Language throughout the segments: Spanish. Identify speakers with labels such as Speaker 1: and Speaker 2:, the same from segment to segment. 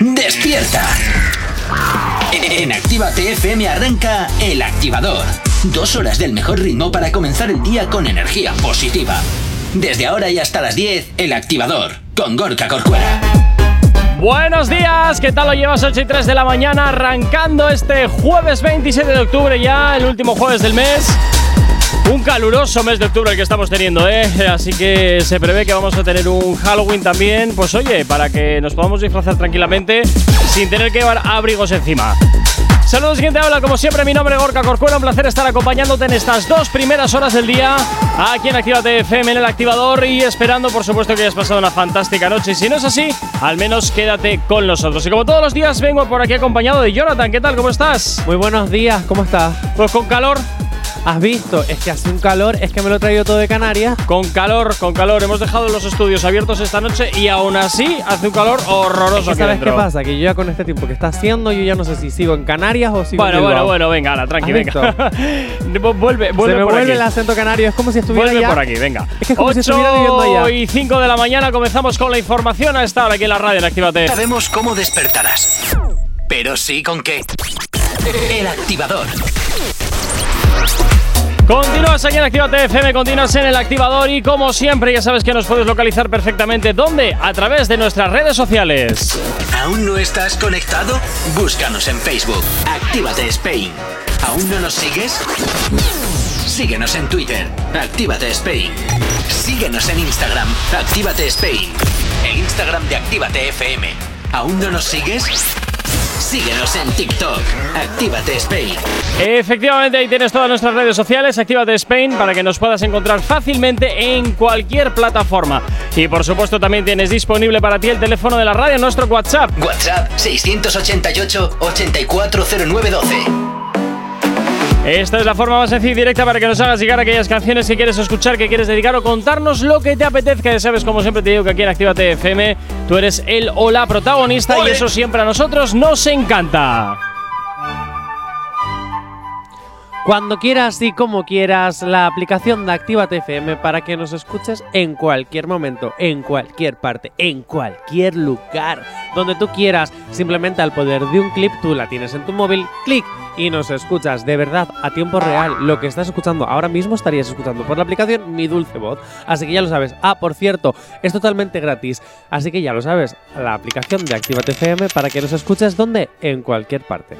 Speaker 1: ¡Despierta! En Activa TFM arranca El Activador. Dos horas del mejor ritmo para comenzar el día con energía positiva. Desde ahora y hasta las 10, El Activador, con Gorka Corcuera.
Speaker 2: Buenos días, ¿qué tal lo llevas 8 y 3 de la mañana? Arrancando este jueves 27 de octubre ya, el último jueves del mes. Un caluroso mes de octubre el que estamos teniendo, ¿eh? Así que se prevé que vamos a tener un Halloween también. Pues oye, para que nos podamos disfrazar tranquilamente sin tener que llevar abrigos encima. Saludos, gente. Hola, como siempre, mi nombre es Gorka Corcuera. Un placer estar acompañándote en estas dos primeras horas del día aquí en Actívate FM en el activador y esperando, por supuesto, que hayas pasado una fantástica noche. Y si no es así, al menos quédate con nosotros. Y como todos los días, vengo por aquí acompañado de Jonathan. ¿Qué tal? ¿Cómo estás?
Speaker 3: Muy buenos días, ¿cómo estás?
Speaker 2: Pues con calor,
Speaker 3: ¿Has visto? Es que hace un calor, es que me lo he traído todo de Canarias.
Speaker 2: Con calor, con calor. Hemos dejado los estudios abiertos esta noche y aún así hace un calor horroroso.
Speaker 3: Es que
Speaker 2: aquí
Speaker 3: ¿Sabes
Speaker 2: dentro.
Speaker 3: qué pasa? Que yo ya con este tiempo que está haciendo, yo ya no sé si sigo en Canarias o sigo en
Speaker 2: Bueno, bueno,
Speaker 3: Bilbao.
Speaker 2: bueno, venga, ala, tranqui,
Speaker 3: ¿Has visto?
Speaker 2: venga. Vu- vuelve, vuelve
Speaker 3: Se me
Speaker 2: por
Speaker 3: vuelve
Speaker 2: aquí.
Speaker 3: el acento canario, es como si estuviera
Speaker 2: Vuelve
Speaker 3: allá.
Speaker 2: por aquí, venga.
Speaker 3: Es que es como si estuviera viviendo allá.
Speaker 2: y 5 de la mañana comenzamos con la información a esta hora aquí en la radio en Actívate.
Speaker 1: Sabemos cómo despertarás, pero sí con qué. El Activador.
Speaker 2: Continúas aquí en Actívate FM, continúas en el activador y como siempre ya sabes que nos puedes localizar perfectamente. ¿Dónde? A través de nuestras redes sociales.
Speaker 1: ¿Aún no estás conectado? Búscanos en Facebook. Actívate Spain. ¿Aún no nos sigues? Síguenos en Twitter. Actívate Spain. Síguenos en Instagram. Actívate Spain. El Instagram de Actívate FM. ¿Aún no nos sigues? Síguenos en TikTok. Actívate Spain.
Speaker 2: Efectivamente, ahí tienes todas nuestras redes sociales, Actívate Spain, para que nos puedas encontrar fácilmente en cualquier plataforma. Y por supuesto también tienes disponible para ti el teléfono de la radio, nuestro WhatsApp.
Speaker 1: WhatsApp 688 840912.
Speaker 2: Esta es la forma más sencilla y directa para que nos hagas llegar aquellas canciones que quieres escuchar, que quieres dedicar o contarnos lo que te apetezca. Ya sabes, como siempre te digo, que aquí en Actívate FM tú eres el o la protagonista y
Speaker 1: Ole.
Speaker 2: eso siempre a nosotros nos encanta.
Speaker 3: Cuando quieras y como quieras, la aplicación de Actívate FM para que nos escuches en cualquier momento, en cualquier parte, en cualquier lugar, donde tú quieras. Simplemente al poder de un clip, tú la tienes en tu móvil, clic y nos escuchas de verdad a tiempo real. Lo que estás escuchando ahora mismo estarías escuchando por la aplicación Mi Dulce Voz. Así que ya lo sabes. Ah, por cierto, es totalmente gratis. Así que ya lo sabes, la aplicación de Actívate FM para que nos escuches donde, en cualquier parte.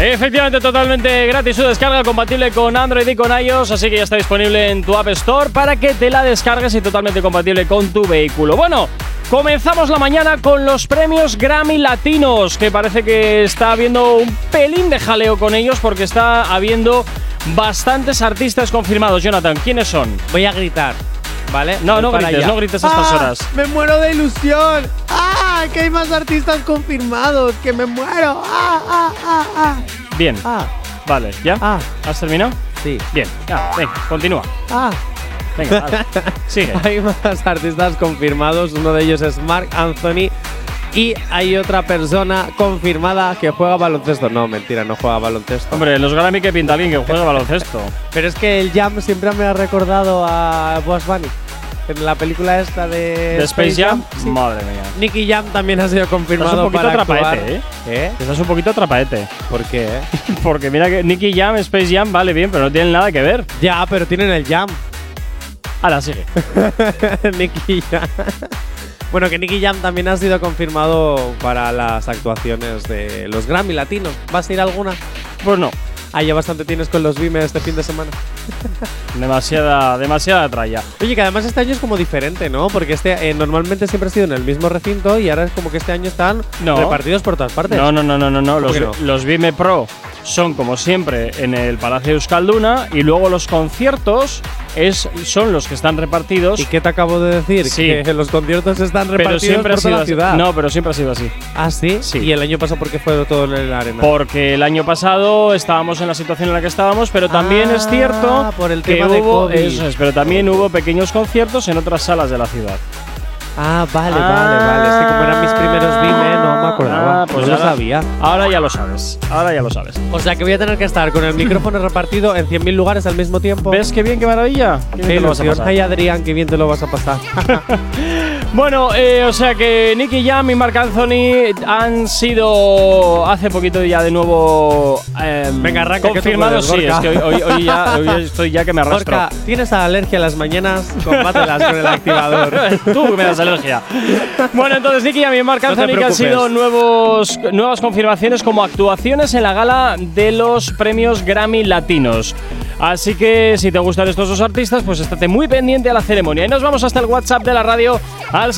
Speaker 2: Efectivamente, totalmente gratis su descarga, compatible con Android y con iOS, así que ya está disponible en tu App Store para que te la descargues y totalmente compatible con tu vehículo. Bueno, comenzamos la mañana con los premios Grammy Latinos, que parece que está habiendo un pelín de jaleo con ellos porque está habiendo bastantes artistas confirmados. Jonathan, ¿quiénes son?
Speaker 3: Voy a gritar, ¿vale?
Speaker 2: No,
Speaker 3: Voy
Speaker 2: no
Speaker 3: para
Speaker 2: grites, no grites a estas
Speaker 3: ¡Ah!
Speaker 2: horas.
Speaker 3: Me muero de ilusión. ¡Ah! Que hay más artistas confirmados, que me muero. ¡Ah, ah, ah, ah!
Speaker 2: Bien,
Speaker 3: ¡Ah,
Speaker 2: vale, ¿ya?
Speaker 3: ah!
Speaker 2: ¿Has terminado?
Speaker 3: Sí,
Speaker 2: Bien, ya, venga, continúa.
Speaker 3: ah.
Speaker 2: Venga, vale. sigue.
Speaker 3: Hay más artistas confirmados, uno de ellos es Mark Anthony. Y hay otra persona confirmada que juega baloncesto. No, mentira, no juega baloncesto.
Speaker 2: Hombre, los Grammy que pinta alguien que juega baloncesto.
Speaker 3: Pero es que el Jam siempre me ha recordado a Boas Bunny. En la película esta de,
Speaker 2: ¿De Space Jam?
Speaker 3: sí.
Speaker 2: Madre mía.
Speaker 3: Nicky Jam también ha sido confirmado
Speaker 2: poquito
Speaker 3: para actuar.
Speaker 2: atrapaete,
Speaker 3: ¿Eh?
Speaker 2: Estás un poquito atrapaete.
Speaker 3: ¿Por qué? eh?
Speaker 2: Porque mira que Nicky Jam, Space Jam, vale bien, pero no tienen nada que ver.
Speaker 3: ya, pero tienen el Jam.
Speaker 2: Ahora sigue.
Speaker 3: Nicky Jam. bueno, que Nicky Jam también ha sido confirmado para las actuaciones de los Grammy Latinos. ¿Vas a ir a alguna?
Speaker 2: Pues no,
Speaker 3: Ah, ya bastante tienes con los Vimes este fin de semana.
Speaker 2: demasiada, demasiada tralla.
Speaker 3: Oye, que además este año es como diferente, ¿no? Porque este eh, normalmente siempre ha sido en el mismo recinto y ahora es como que este año están
Speaker 2: No.
Speaker 3: repartidos por todas partes.
Speaker 2: No, no, no, no, no, no. Los,
Speaker 3: que no?
Speaker 2: los Vime Pro son como siempre en el Palacio de Euskalduna y luego los conciertos es, son los que están repartidos.
Speaker 3: ¿Y qué te acabo de decir?
Speaker 2: Sí.
Speaker 3: Que los conciertos están
Speaker 2: pero
Speaker 3: repartidos
Speaker 2: siempre ha
Speaker 3: por toda
Speaker 2: sido
Speaker 3: la
Speaker 2: así.
Speaker 3: ciudad.
Speaker 2: No, pero siempre ha sido así.
Speaker 3: ¿Ah, sí?
Speaker 2: Sí.
Speaker 3: ¿Y el año pasado porque fue todo en la arena?
Speaker 2: Porque el año pasado estábamos en la situación en la que estábamos, pero también
Speaker 3: Ah,
Speaker 2: es cierto
Speaker 3: por el
Speaker 2: que
Speaker 3: tema de
Speaker 2: hubo,
Speaker 3: COVID.
Speaker 2: eso es, pero también hubo pequeños conciertos en otras salas de la ciudad.
Speaker 3: Ah, vale, vale, vale. Es que como eran mis primeros Vime, no me programa.
Speaker 2: Ah, pues
Speaker 3: no lo
Speaker 2: ahora-
Speaker 3: sabía.
Speaker 2: Ahora ya lo sabes. Ahora ya lo sabes.
Speaker 3: O sea que voy a tener que estar con el micrófono repartido en 100.000 lugares al mismo tiempo.
Speaker 2: ¿Ves qué bien, qué maravilla? Qué bien
Speaker 3: Oh. Qué
Speaker 2: te lo vas a
Speaker 3: ilusión.
Speaker 2: pasar.
Speaker 3: Ay, Adrián, qué bien te lo vas a pasar.
Speaker 2: Bueno, eh, o sea que Nicky Jam y Marc Anthony han sido hace poquito ya de nuevo em,
Speaker 3: Venga, arranca, que tú
Speaker 2: confirmados.
Speaker 3: puedes,
Speaker 2: sí, es
Speaker 3: Gorka.
Speaker 2: que hoy, hoy- hoy ya, hoy estoy ya que me arrastro.
Speaker 3: Gorka, ¿tienes alergia a las mañanas? Combátelas con el activador.
Speaker 2: Tú que me das alergia. bueno, entonces Nicky Jam y Marc
Speaker 3: No te
Speaker 2: Anthony que han
Speaker 3: preocupes.
Speaker 2: sido nuevos, nuevas confirmaciones como actuaciones en la gala de los premios Grammy Latinos. Así que si te gustan estos dos artistas, pues estate muy pendiente a la ceremonia. Y nos vamos hasta el WhatsApp de la radio al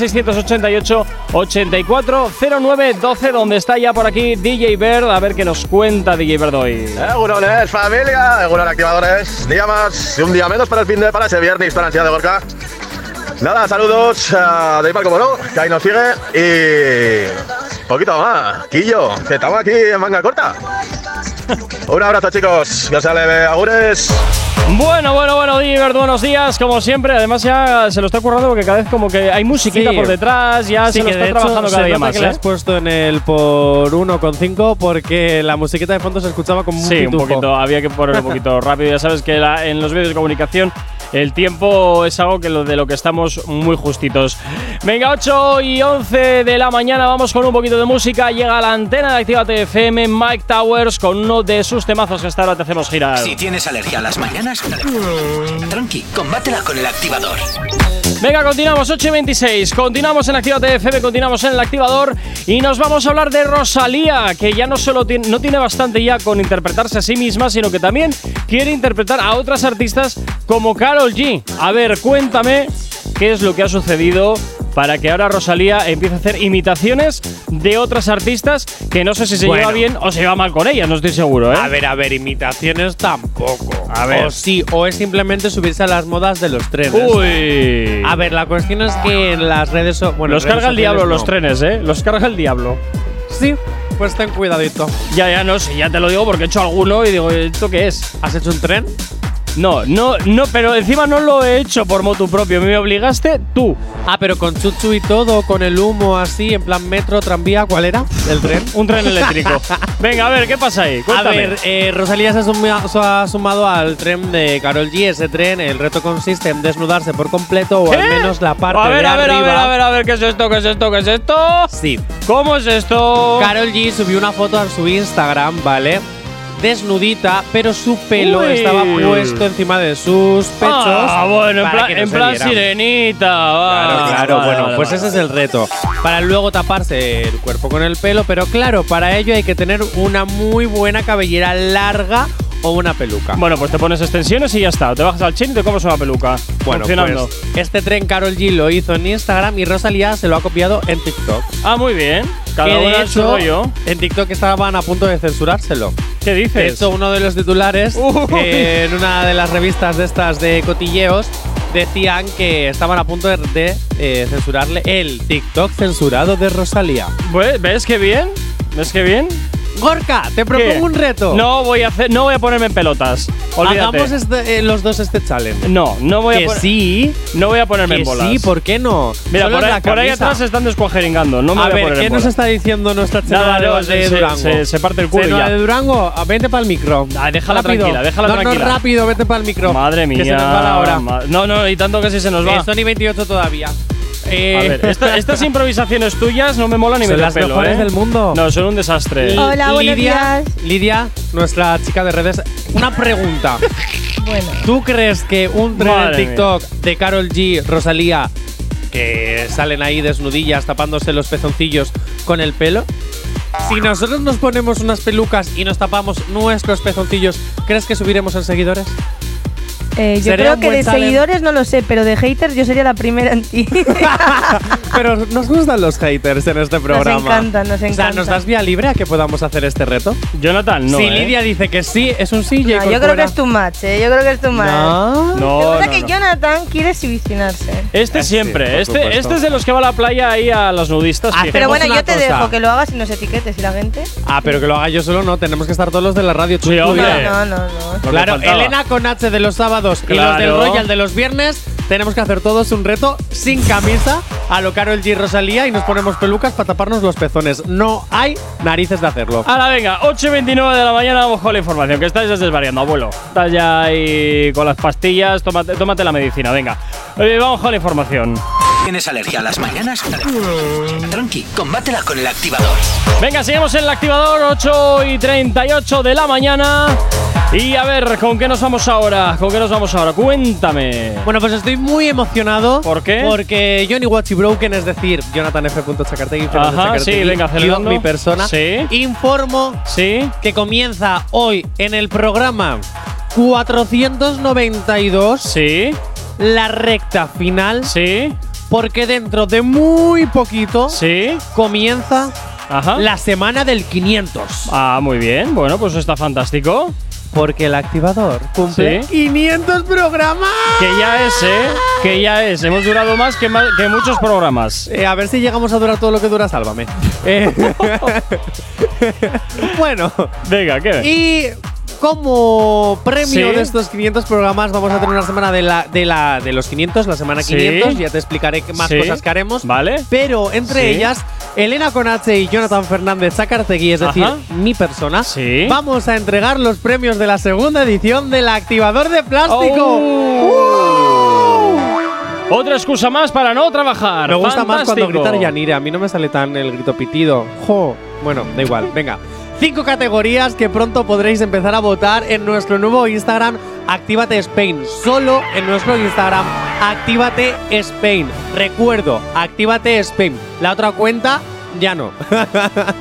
Speaker 2: 688-8409-12, donde está ya por aquí DJ Bird. A ver qué nos cuenta DJ Bird hoy.
Speaker 4: Egunones, familia, egunon activadores, día más y un día menos para el fin de para ese viernes tan ansiedad de Gorka. Nada, saludos a Deipal como no, que ahí nos sigue y poquito más, Quillo, que estamos aquí en manga corta. Un abrazo chicos, que os sale agures.
Speaker 2: Bueno, bueno, bueno, Divert, buenos días, como siempre. Además, ya se lo está currando porque cada vez como que hay musiquita
Speaker 3: Sí.
Speaker 2: por detrás, ya se lo está trabajando
Speaker 3: se
Speaker 2: cada día
Speaker 3: nota
Speaker 2: más.
Speaker 3: que
Speaker 2: ¿eh?
Speaker 3: la has puesto en el por 1,5 porque la musiquita de fondo se escuchaba como
Speaker 2: Sí, un
Speaker 3: pitufo.
Speaker 2: poquito, había que ponerlo un poquito rápido. Ya sabes que la- en los medios de comunicación el tiempo es algo que lo, de lo que estamos muy justitos. Venga, 8 y 11 de la mañana, vamos con un poquito de música. Llega a la antena de Activa FM Mike Towers con uno de sus temazos que hasta ahora te hacemos girar.
Speaker 1: Si tienes alergia a las mañanas, tranqui, combátela con el activador.
Speaker 2: Venga, continuamos, 8 y 26. Continuamos en Activa FM, continuamos en el activador y nos vamos a hablar de Rosalía, que ya no solo tiene, no tiene bastante ya con interpretarse a sí misma, sino que también quiere interpretar a otras artistas como Carol G. A ver, cuéntame qué es lo que ha sucedido para que ahora Rosalía empiece a hacer imitaciones de otras artistas que no sé si se
Speaker 3: Bueno.
Speaker 2: lleva bien o se lleva mal con ellas, no estoy seguro, ¿eh?
Speaker 3: A ver, a ver, imitaciones tampoco.
Speaker 2: A ver.
Speaker 3: O sí, o es simplemente subirse a las modas de los trenes.
Speaker 2: Uy.
Speaker 3: A ver, la cuestión es que en las redes. so- bueno,
Speaker 2: los
Speaker 3: redes
Speaker 2: carga el
Speaker 3: sociales
Speaker 2: diablo los
Speaker 3: no.
Speaker 2: trenes, ¿eh? Los carga el diablo.
Speaker 3: Sí, pues ten cuidadito.
Speaker 2: Ya, ya, no, sí, ya te lo digo porque he hecho alguno y digo, ¿esto qué es?
Speaker 3: ¿Has hecho un tren?
Speaker 2: No, no, no, pero encima no lo he hecho por motu propio, me obligaste tú.
Speaker 3: Ah, pero con chuchu y todo, con el humo así, en plan metro, tranvía, ¿cuál era? ¿El tren?
Speaker 2: Un tren eléctrico. Venga, a ver, ¿qué pasa ahí? Cuéntame.
Speaker 3: A ver, eh, Rosalía se ha, sumi- se ha sumado al tren de Carol G. Ese tren, el reto consiste en desnudarse por completo o
Speaker 2: ¿Eh?
Speaker 3: al menos la parte
Speaker 2: a ver,
Speaker 3: de
Speaker 2: a ver,
Speaker 3: arriba.
Speaker 2: a ver, a ver, a ver, ¿qué es esto? ¿Qué es esto? ¿Qué es esto?
Speaker 3: Sí.
Speaker 2: ¿Cómo es esto?
Speaker 3: Carol G subió una foto a su Instagram, ¿vale? Desnudita, pero su pelo
Speaker 2: Uy.
Speaker 3: estaba puesto encima de sus pechos.
Speaker 2: Ah, bueno, en
Speaker 3: para
Speaker 2: plan,
Speaker 3: que no
Speaker 2: en
Speaker 3: se
Speaker 2: plan
Speaker 3: viera.
Speaker 2: sirenita.
Speaker 3: Claro,
Speaker 2: va.
Speaker 3: claro,
Speaker 2: Vale,
Speaker 3: bueno,
Speaker 2: vale,
Speaker 3: pues
Speaker 2: vale.
Speaker 3: ese es el reto. Para luego taparse el cuerpo con el pelo, pero claro, para ello hay que tener una muy buena cabellera larga o una peluca.
Speaker 2: Bueno, pues te pones extensiones y ya está. Te bajas al chin y te comes una peluca.
Speaker 3: Bueno,
Speaker 2: Funcionando.
Speaker 3: pues, este tren Carol G lo hizo en Instagram y Rosalía se lo ha copiado en TikTok.
Speaker 2: Ah, muy bien. Cada
Speaker 3: Que,
Speaker 2: uno
Speaker 3: de
Speaker 2: en su
Speaker 3: hecho,
Speaker 2: rollo.
Speaker 3: En TikTok estaban a punto de censurárselo.
Speaker 2: ¿Qué dices?
Speaker 3: De hecho, uno de los titulares
Speaker 2: Uy.
Speaker 3: eh, en una de las revistas de estas de cotilleos decían que estaban a punto de, de, eh, censurarle el TikTok censurado de Rosalía.
Speaker 2: Pues, ¿Ves qué bien? ¿Ves qué bien?
Speaker 3: Gorka, te propongo
Speaker 2: ¿Qué?
Speaker 3: un reto.
Speaker 2: No voy a hacer, no voy a ponerme en pelotas. Olvídate.
Speaker 3: hagamos este- eh, los dos este challenge.
Speaker 2: no, no voy a
Speaker 3: Que
Speaker 2: poner-
Speaker 3: sí,
Speaker 2: no voy a ponerme
Speaker 3: que
Speaker 2: en bolas.
Speaker 3: sí, ¿por qué no?
Speaker 2: Mira,
Speaker 3: Solo
Speaker 2: por ahí,
Speaker 3: es la
Speaker 2: por ahí
Speaker 3: camisa.
Speaker 2: atrás se están descuajeringando. No me
Speaker 3: a
Speaker 2: voy a
Speaker 3: ver,
Speaker 2: poner
Speaker 3: ¿qué
Speaker 2: en
Speaker 3: nos
Speaker 2: bolas.
Speaker 3: está diciendo nuestra
Speaker 2: Nada,
Speaker 3: chenora de,
Speaker 2: no,
Speaker 3: de
Speaker 2: se, se-
Speaker 3: Durango?
Speaker 2: se- se parte el culo y
Speaker 3: Chenora
Speaker 2: ya.
Speaker 3: de Durango, ah, vete para el micro.
Speaker 2: Ah, déjala
Speaker 3: Rápido.
Speaker 2: tranquila, déjala
Speaker 3: no,
Speaker 2: tranquila.
Speaker 3: No, rápido, vete para el micro.
Speaker 2: Madre mía.
Speaker 3: Que se nos va la hora.
Speaker 2: ma- No, no, y tanto que sí se nos va.
Speaker 3: Eh, Sony 28 todavía. Eh,
Speaker 2: a ver, esta- estas improvisaciones tuyas no me molan ni
Speaker 3: Son
Speaker 2: me ¿eh?
Speaker 3: las mejores del mundo.
Speaker 2: No, son un desastre.
Speaker 5: Hola, buenos
Speaker 3: Lidia,
Speaker 5: días.
Speaker 3: Lidia, nuestra chica de redes. Una pregunta.
Speaker 5: Bueno,
Speaker 3: ¿Tú crees que un tren
Speaker 2: Madre
Speaker 3: en TikTok de Carol G, Rosalía, que salen ahí desnudillas tapándose los pezoncillos con el pelo? Si nosotros nos ponemos unas pelucas y nos tapamos nuestros pezoncillos, ¿crees que subiremos en seguidores?
Speaker 5: eh, yo
Speaker 3: Sería
Speaker 5: creo
Speaker 3: un
Speaker 5: que
Speaker 3: buen
Speaker 5: de
Speaker 3: talent.
Speaker 5: seguidores no lo sé, pero de haters yo sería la primera en ti.
Speaker 3: Pero nos gustan los haters en este programa.
Speaker 5: encantan, nos
Speaker 3: O sea,
Speaker 5: encantan.
Speaker 3: ¿nos das vía libre a que podamos hacer este reto?
Speaker 2: Jonathan, no.
Speaker 3: si
Speaker 2: ¿eh?
Speaker 3: Lidia dice que sí, es un sí.
Speaker 5: No, yo creo que es tu match, eh, yo creo que es tu match.
Speaker 3: No.
Speaker 5: Lo que
Speaker 2: No,
Speaker 5: pasa
Speaker 2: no,
Speaker 5: que
Speaker 2: no.
Speaker 5: Jonathan quiere subicionarse.
Speaker 2: Este
Speaker 3: Eh, sí,
Speaker 2: siempre,
Speaker 3: por
Speaker 2: este,
Speaker 3: supuesto.
Speaker 2: este es de los que va a la playa ahí a los nudistas.
Speaker 3: Ah,
Speaker 2: fijo.
Speaker 5: Pero
Speaker 3: Hacemos
Speaker 5: bueno,
Speaker 3: una
Speaker 5: yo te
Speaker 3: cosa.
Speaker 5: dejo que lo hagas y nos etiquetes y la gente.
Speaker 3: Ah, pero que lo haga yo solo no. Tenemos que estar todos los de la radio. tú
Speaker 2: Sí,
Speaker 3: incluida.
Speaker 2: hombre.
Speaker 5: No, no, no, no.
Speaker 2: Lo que
Speaker 3: Claro,
Speaker 2: faltaba.
Speaker 3: Elena con H de los sábados y los
Speaker 2: Claro.
Speaker 3: del Royal de los viernes Tenemos que hacer todos un reto sin camisa a lo Carol G. Rosalía y nos ponemos pelucas para taparnos los pezones. No hay narices de hacerlo.
Speaker 2: Ahora venga, 8 y 29 de la mañana vamos con la información, que estás ya desvariando, abuelo. Estás ya ahí con las pastillas, tómate, tómate la medicina, venga. Eh, vamos con la información.
Speaker 1: ¿Tienes alergia a las mañanas? Tranqui, combátela con el activador.
Speaker 2: Venga, seguimos en el activador, 8 y 38 de la mañana. Y a ver, ¿con qué nos vamos ahora? ¿Con qué nos vamos ahora? Cuéntame.
Speaker 3: Bueno, pues estoy muy emocionado.
Speaker 2: ¿Por qué?
Speaker 3: Porque Johnny Watchy Broken, es decir, Jonathan F. Chacartegui, Fernando
Speaker 2: Ajá,
Speaker 3: Chacartegui,
Speaker 2: sí, venga,
Speaker 3: yo,
Speaker 2: acelerando.
Speaker 3: mi persona,
Speaker 2: Sí.
Speaker 3: informo
Speaker 2: ¿Sí?
Speaker 3: que comienza hoy en el programa 492
Speaker 2: ¿Sí?
Speaker 3: la recta final,
Speaker 2: ¿Sí?
Speaker 3: porque dentro de muy poquito
Speaker 2: ¿Sí? Ah.
Speaker 3: comienza
Speaker 2: Ajá.
Speaker 3: la semana del 500.
Speaker 2: Ah, muy bien. Bueno, pues está fantástico.
Speaker 3: Porque el activador cumple
Speaker 2: Sí.
Speaker 3: 500 programas.
Speaker 2: Que ya es, ¿eh? Que ya es. Hemos durado más que, ma- que muchos programas.
Speaker 3: Eh, a ver si llegamos a durar todo lo que dura, sálvame. Eh, bueno,
Speaker 2: Venga, ¿qué?
Speaker 3: y como premio
Speaker 2: Sí.
Speaker 3: de estos 500 programas, vamos a tener una semana de, la, de, la, de los 500, la semana
Speaker 2: Sí.
Speaker 3: 500. Ya te explicaré qué más
Speaker 2: Sí.
Speaker 3: cosas que haremos.
Speaker 2: ¿Vale?
Speaker 3: Pero entre
Speaker 2: Sí.
Speaker 3: ellas, Elena Conache y Jonathan Fernández Zacartegui, es decir,
Speaker 2: Ajá.
Speaker 3: mi persona,
Speaker 2: Sí.
Speaker 3: vamos a entregar los premios de la segunda edición del Activador de Plástico.
Speaker 2: Oh. Otra excusa más para no trabajar.
Speaker 3: Me gusta más cuando
Speaker 2: Fantástico.
Speaker 3: gritar Yanira. A mí no me sale tan el grito pitido. Jo. Bueno, da igual. Venga. Cinco categorías que pronto podréis empezar a votar en nuestro nuevo Instagram, Actívate Spain. Solo en nuestro Instagram, Actívate Spain. Recuerdo, Actívate Spain. La otra cuenta, ya no.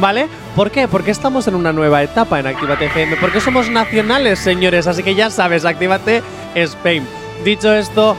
Speaker 3: ¿Vale? ¿Por qué? Porque estamos en una nueva etapa en Actívate FM. Porque somos nacionales, señores. Así que ya sabes, Actívate Spain. Dicho esto,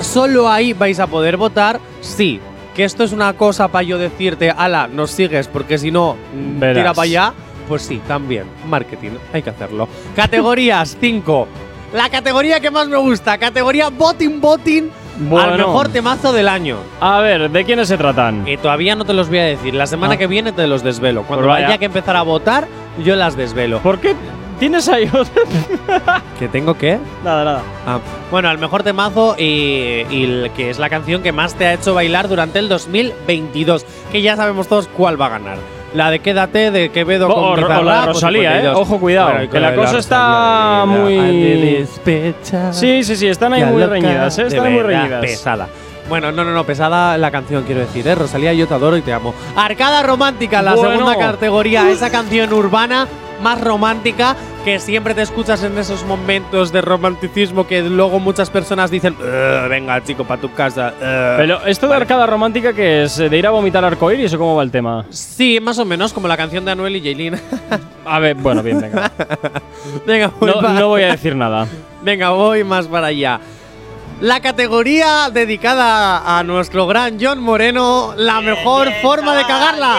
Speaker 3: Solo ahí vais a poder votar sí. Que esto es una cosa para yo decirte, ala, nos sigues, porque si no, mm,
Speaker 2: Verás.
Speaker 3: tira para allá. Pues sí, también. Marketing, hay que hacerlo. Categorías 5. La categoría que más me gusta, categoría Voting Voting
Speaker 2: Bueno.
Speaker 3: al mejor temazo del año.
Speaker 2: A ver, ¿de quiénes se tratan?
Speaker 3: Y todavía no te los voy a decir. La semana
Speaker 2: Ah.
Speaker 3: que viene te los desvelo. Cuando
Speaker 2: Pues vaya.
Speaker 3: haya que empezar a votar, yo las desvelo.
Speaker 2: ¿Por qué tienes ahí otra?
Speaker 3: ¿Que tengo que?
Speaker 2: nada, nada.
Speaker 3: Ah, Bueno, al mejor temazo y, y el que es la canción que más te ha hecho bailar durante el 2022, que ya sabemos todos cuál va a ganar. La de Quédate de Quevedo
Speaker 2: O-
Speaker 3: con
Speaker 2: o- o
Speaker 3: Bizarrap,
Speaker 2: la de
Speaker 3: pues,
Speaker 2: Rosalía,
Speaker 3: 52.
Speaker 2: eh. Ojo, cuidado,
Speaker 3: y con
Speaker 2: que la
Speaker 3: de
Speaker 2: cosa está
Speaker 3: Rosalía,
Speaker 2: muy-
Speaker 3: de despecha,
Speaker 2: Sí, sí, sí, están ahí
Speaker 3: ya
Speaker 2: muy
Speaker 3: loca,
Speaker 2: reñidas, ¿eh?
Speaker 3: de
Speaker 2: Están muy
Speaker 3: verdad,
Speaker 2: reñidas.
Speaker 3: Pesada. Bueno, no, no, no, pesada la canción, quiero decir, ¿eh? Rosalía, yo te adoro y te amo. Arcada Romántica, la
Speaker 2: Bueno.
Speaker 3: segunda categoría, esa canción urbana más romántica que siempre te escuchas en esos momentos de romanticismo que luego muchas personas dicen, "Eh, venga, chico, para tu casa. eh".
Speaker 2: Pero esto de arcada romántica que es de ir a vomitar arcoíris o cómo va el tema?
Speaker 3: Sí, más o menos, como la canción de Anuel y Jaylin.
Speaker 2: A ver, bueno, bien, venga.
Speaker 3: venga, voy
Speaker 2: No,
Speaker 3: pa-
Speaker 2: no voy a decir nada.
Speaker 3: Venga, voy más para allá. La categoría dedicada a nuestro gran John Moreno, la mejor forma de cagarla.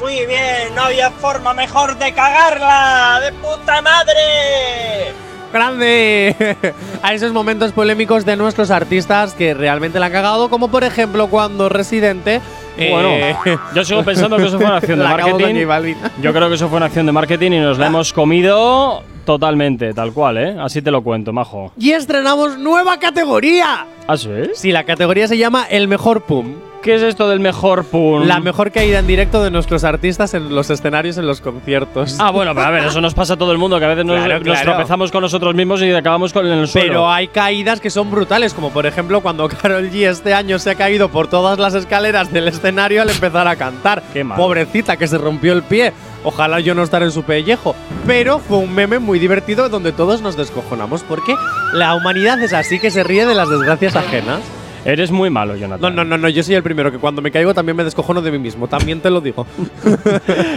Speaker 6: Muy bien, no había forma mejor de cagarla. ¡De puta madre!
Speaker 3: ¡Grande! a esos momentos polémicos de nuestros artistas que realmente la han cagado, como por ejemplo cuando Residente. eh,
Speaker 2: Bueno, yo sigo pensando que eso fue una acción de
Speaker 3: la cagó con
Speaker 2: marketing.
Speaker 3: J Balvin.
Speaker 2: Yo creo que eso fue una acción de marketing y nos la hemos comido totalmente, tal cual, ¿eh? Así te lo cuento, majo.
Speaker 3: Y estrenamos nueva categoría.
Speaker 2: ¿Ah, sí?
Speaker 3: Sí, la categoría se llama El Mejor Pum.
Speaker 2: ¿Qué es esto del mejor pun?
Speaker 3: La mejor caída en directo de nuestros artistas en los escenarios, en los conciertos.
Speaker 2: Ah, bueno, pero a ver, eso nos pasa a todo el mundo, que a veces nos,
Speaker 3: Claro,
Speaker 2: nos
Speaker 3: claro.
Speaker 2: tropezamos con nosotros mismos y acabamos con en el suelo.
Speaker 3: Pero hay caídas que son brutales, como por ejemplo cuando Carol G este año se ha caído por todas las escaleras del escenario al empezar a cantar.
Speaker 2: Qué mal.
Speaker 3: Pobrecita que se rompió el pie. Ojalá yo no estar en su pellejo. Pero fue un meme muy divertido donde todos nos descojonamos porque la humanidad es así que se ríe de las desgracias ajenas.
Speaker 2: Eres muy malo, Jonathan.
Speaker 3: No, no, no, no, yo soy el primero que cuando me caigo también me descojono de mí mismo, también te lo digo.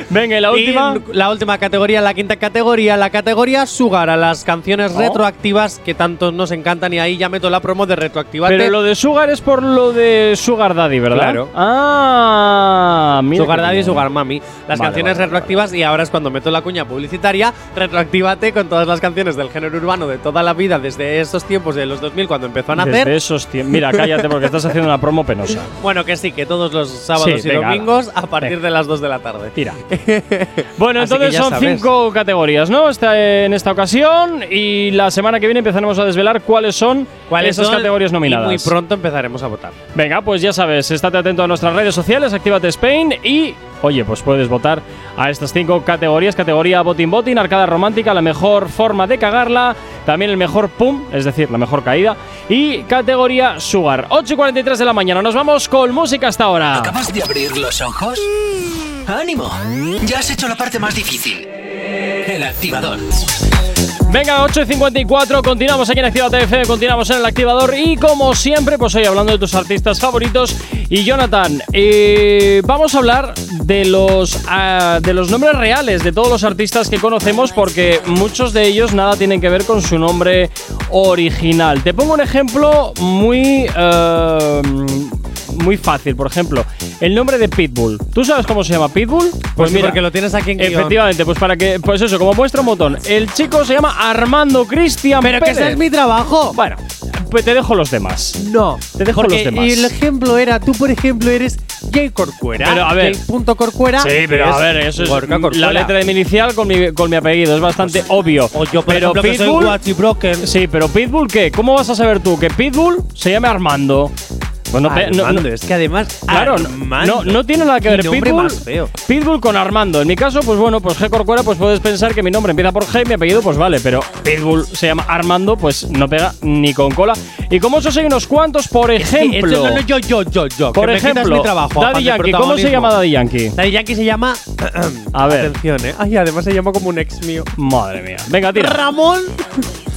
Speaker 2: Venga, y la última.
Speaker 3: Y la última categoría, la quinta categoría, la categoría Sugar, a las canciones
Speaker 2: Oh.
Speaker 3: retroactivas que tanto nos encantan y ahí ya meto la promo de retroactivate.
Speaker 2: Pero lo de Sugar es por lo de Sugar Daddy, ¿verdad?
Speaker 3: Claro.
Speaker 2: Ah, Mami.
Speaker 3: Sugar Daddy y Sugar Mami. Las
Speaker 2: Vale,
Speaker 3: canciones
Speaker 2: vale,
Speaker 3: retroactivas y ahora es cuando meto la cuña publicitaria. Retroactívate con todas las canciones del género urbano de toda la vida desde esos tiempos de los 2000 cuando empezó a
Speaker 2: Desde
Speaker 3: nacer.
Speaker 2: esos tiempos. Mira, cállate porque estás haciendo una promo penosa.
Speaker 3: Bueno, que sí, que todos los sábados
Speaker 2: Sí,
Speaker 3: y
Speaker 2: venga,
Speaker 3: domingos
Speaker 2: ala.
Speaker 3: a partir
Speaker 2: Venga.
Speaker 3: de las 2 de la tarde.
Speaker 2: Tira. Bueno,
Speaker 3: Así
Speaker 2: entonces
Speaker 3: que ya
Speaker 2: son
Speaker 3: sabes.
Speaker 2: cinco categorías, ¿no? Esta- en esta ocasión. Y la semana que viene empezaremos a desvelar cuáles son
Speaker 3: ¿Cuáles
Speaker 2: esas
Speaker 3: son?
Speaker 2: categorías
Speaker 3: Y
Speaker 2: nominadas.
Speaker 3: muy pronto empezaremos a votar.
Speaker 2: Venga, pues ya sabes, estate atento a nuestras redes sociales, Actívate Spain y, oye, pues puedes votar a estas cinco categorías. Categoría Botin Botin, Arcada Romántica, la mejor forma de cagarla, también el mejor pum, es decir, la mejor caída, y categoría Sugar. 8 y 43 de la mañana, nos vamos con música hasta ahora.
Speaker 1: ¿Acabas de abrir los ojos? ¡Ánimo! Ya has hecho la parte más difícil. El activador.
Speaker 2: Venga, 8.54, continuamos aquí en Activa TF, continuamos en el activador y como siempre, pues hoy hablando de tus artistas favoritos. Y Jonathan, eh, vamos a hablar de los, ah, de los nombres reales de todos los artistas que conocemos porque muchos de ellos nada tienen que ver con su nombre original. Te pongo un ejemplo muy... eh, muy fácil, por ejemplo, el nombre de Pitbull. ¿Tú sabes cómo se llama Pitbull? Pues,
Speaker 3: sí, porque lo tienes aquí en guión.
Speaker 2: Efectivamente, pues para que, pues eso, como muestra un botón, el chico se llama Armando Cristian
Speaker 3: Pero que
Speaker 2: Pérez.
Speaker 3: ese es mi trabajo.
Speaker 2: Bueno, pues te dejo los demás.
Speaker 3: No,
Speaker 2: Te dejo
Speaker 3: porque
Speaker 2: los demás.
Speaker 3: El ejemplo era, tú por ejemplo eres J. Corcuera.
Speaker 2: Pero, a ver.
Speaker 3: J. punto Corcuera.
Speaker 2: Sí, pero
Speaker 3: que
Speaker 2: a ver, eso es
Speaker 3: Gorka Corcuera. Pues,
Speaker 2: la letra de mi inicial con mi, con mi apellido, es bastante obvio.
Speaker 3: O yo, por
Speaker 2: pero
Speaker 3: ejemplo, que soy
Speaker 2: Pitbull,
Speaker 3: Guachi Broken.
Speaker 2: sí, pero Pitbull qué? ¿Cómo vas a saber tú que Pitbull se llama Armando? Pues no te- no-
Speaker 3: Ah, Armando,
Speaker 2: no-
Speaker 3: es que además.
Speaker 2: Claro, no-
Speaker 3: Armando.
Speaker 2: no, no tiene nada que
Speaker 3: Qué
Speaker 2: ver
Speaker 3: nombre
Speaker 2: Pitbull,
Speaker 3: más feo.
Speaker 2: Pitbull con Armando. En mi caso, pues bueno, pues G Corcuera, pues puedes pensar que mi nombre empieza por G y mi apellido, pues vale, pero Pitbull se llama Armando, pues no pega ni con cola. Y como esos hay unos cuantos, por
Speaker 3: Sí,
Speaker 2: ejemplo.
Speaker 3: esto no, no, yo, yo, yo, yo.
Speaker 2: por
Speaker 3: que me quitas
Speaker 2: ejemplo,
Speaker 3: mi trabajo.
Speaker 2: Daddy Yankee, ¿cómo se llama Daddy Yankee?
Speaker 3: Daddy Yankee se llama.
Speaker 2: A ver,
Speaker 3: Atención, eh. Ay, además se llama como un ex mío.
Speaker 2: madre mía. Venga, tira.
Speaker 3: Ramón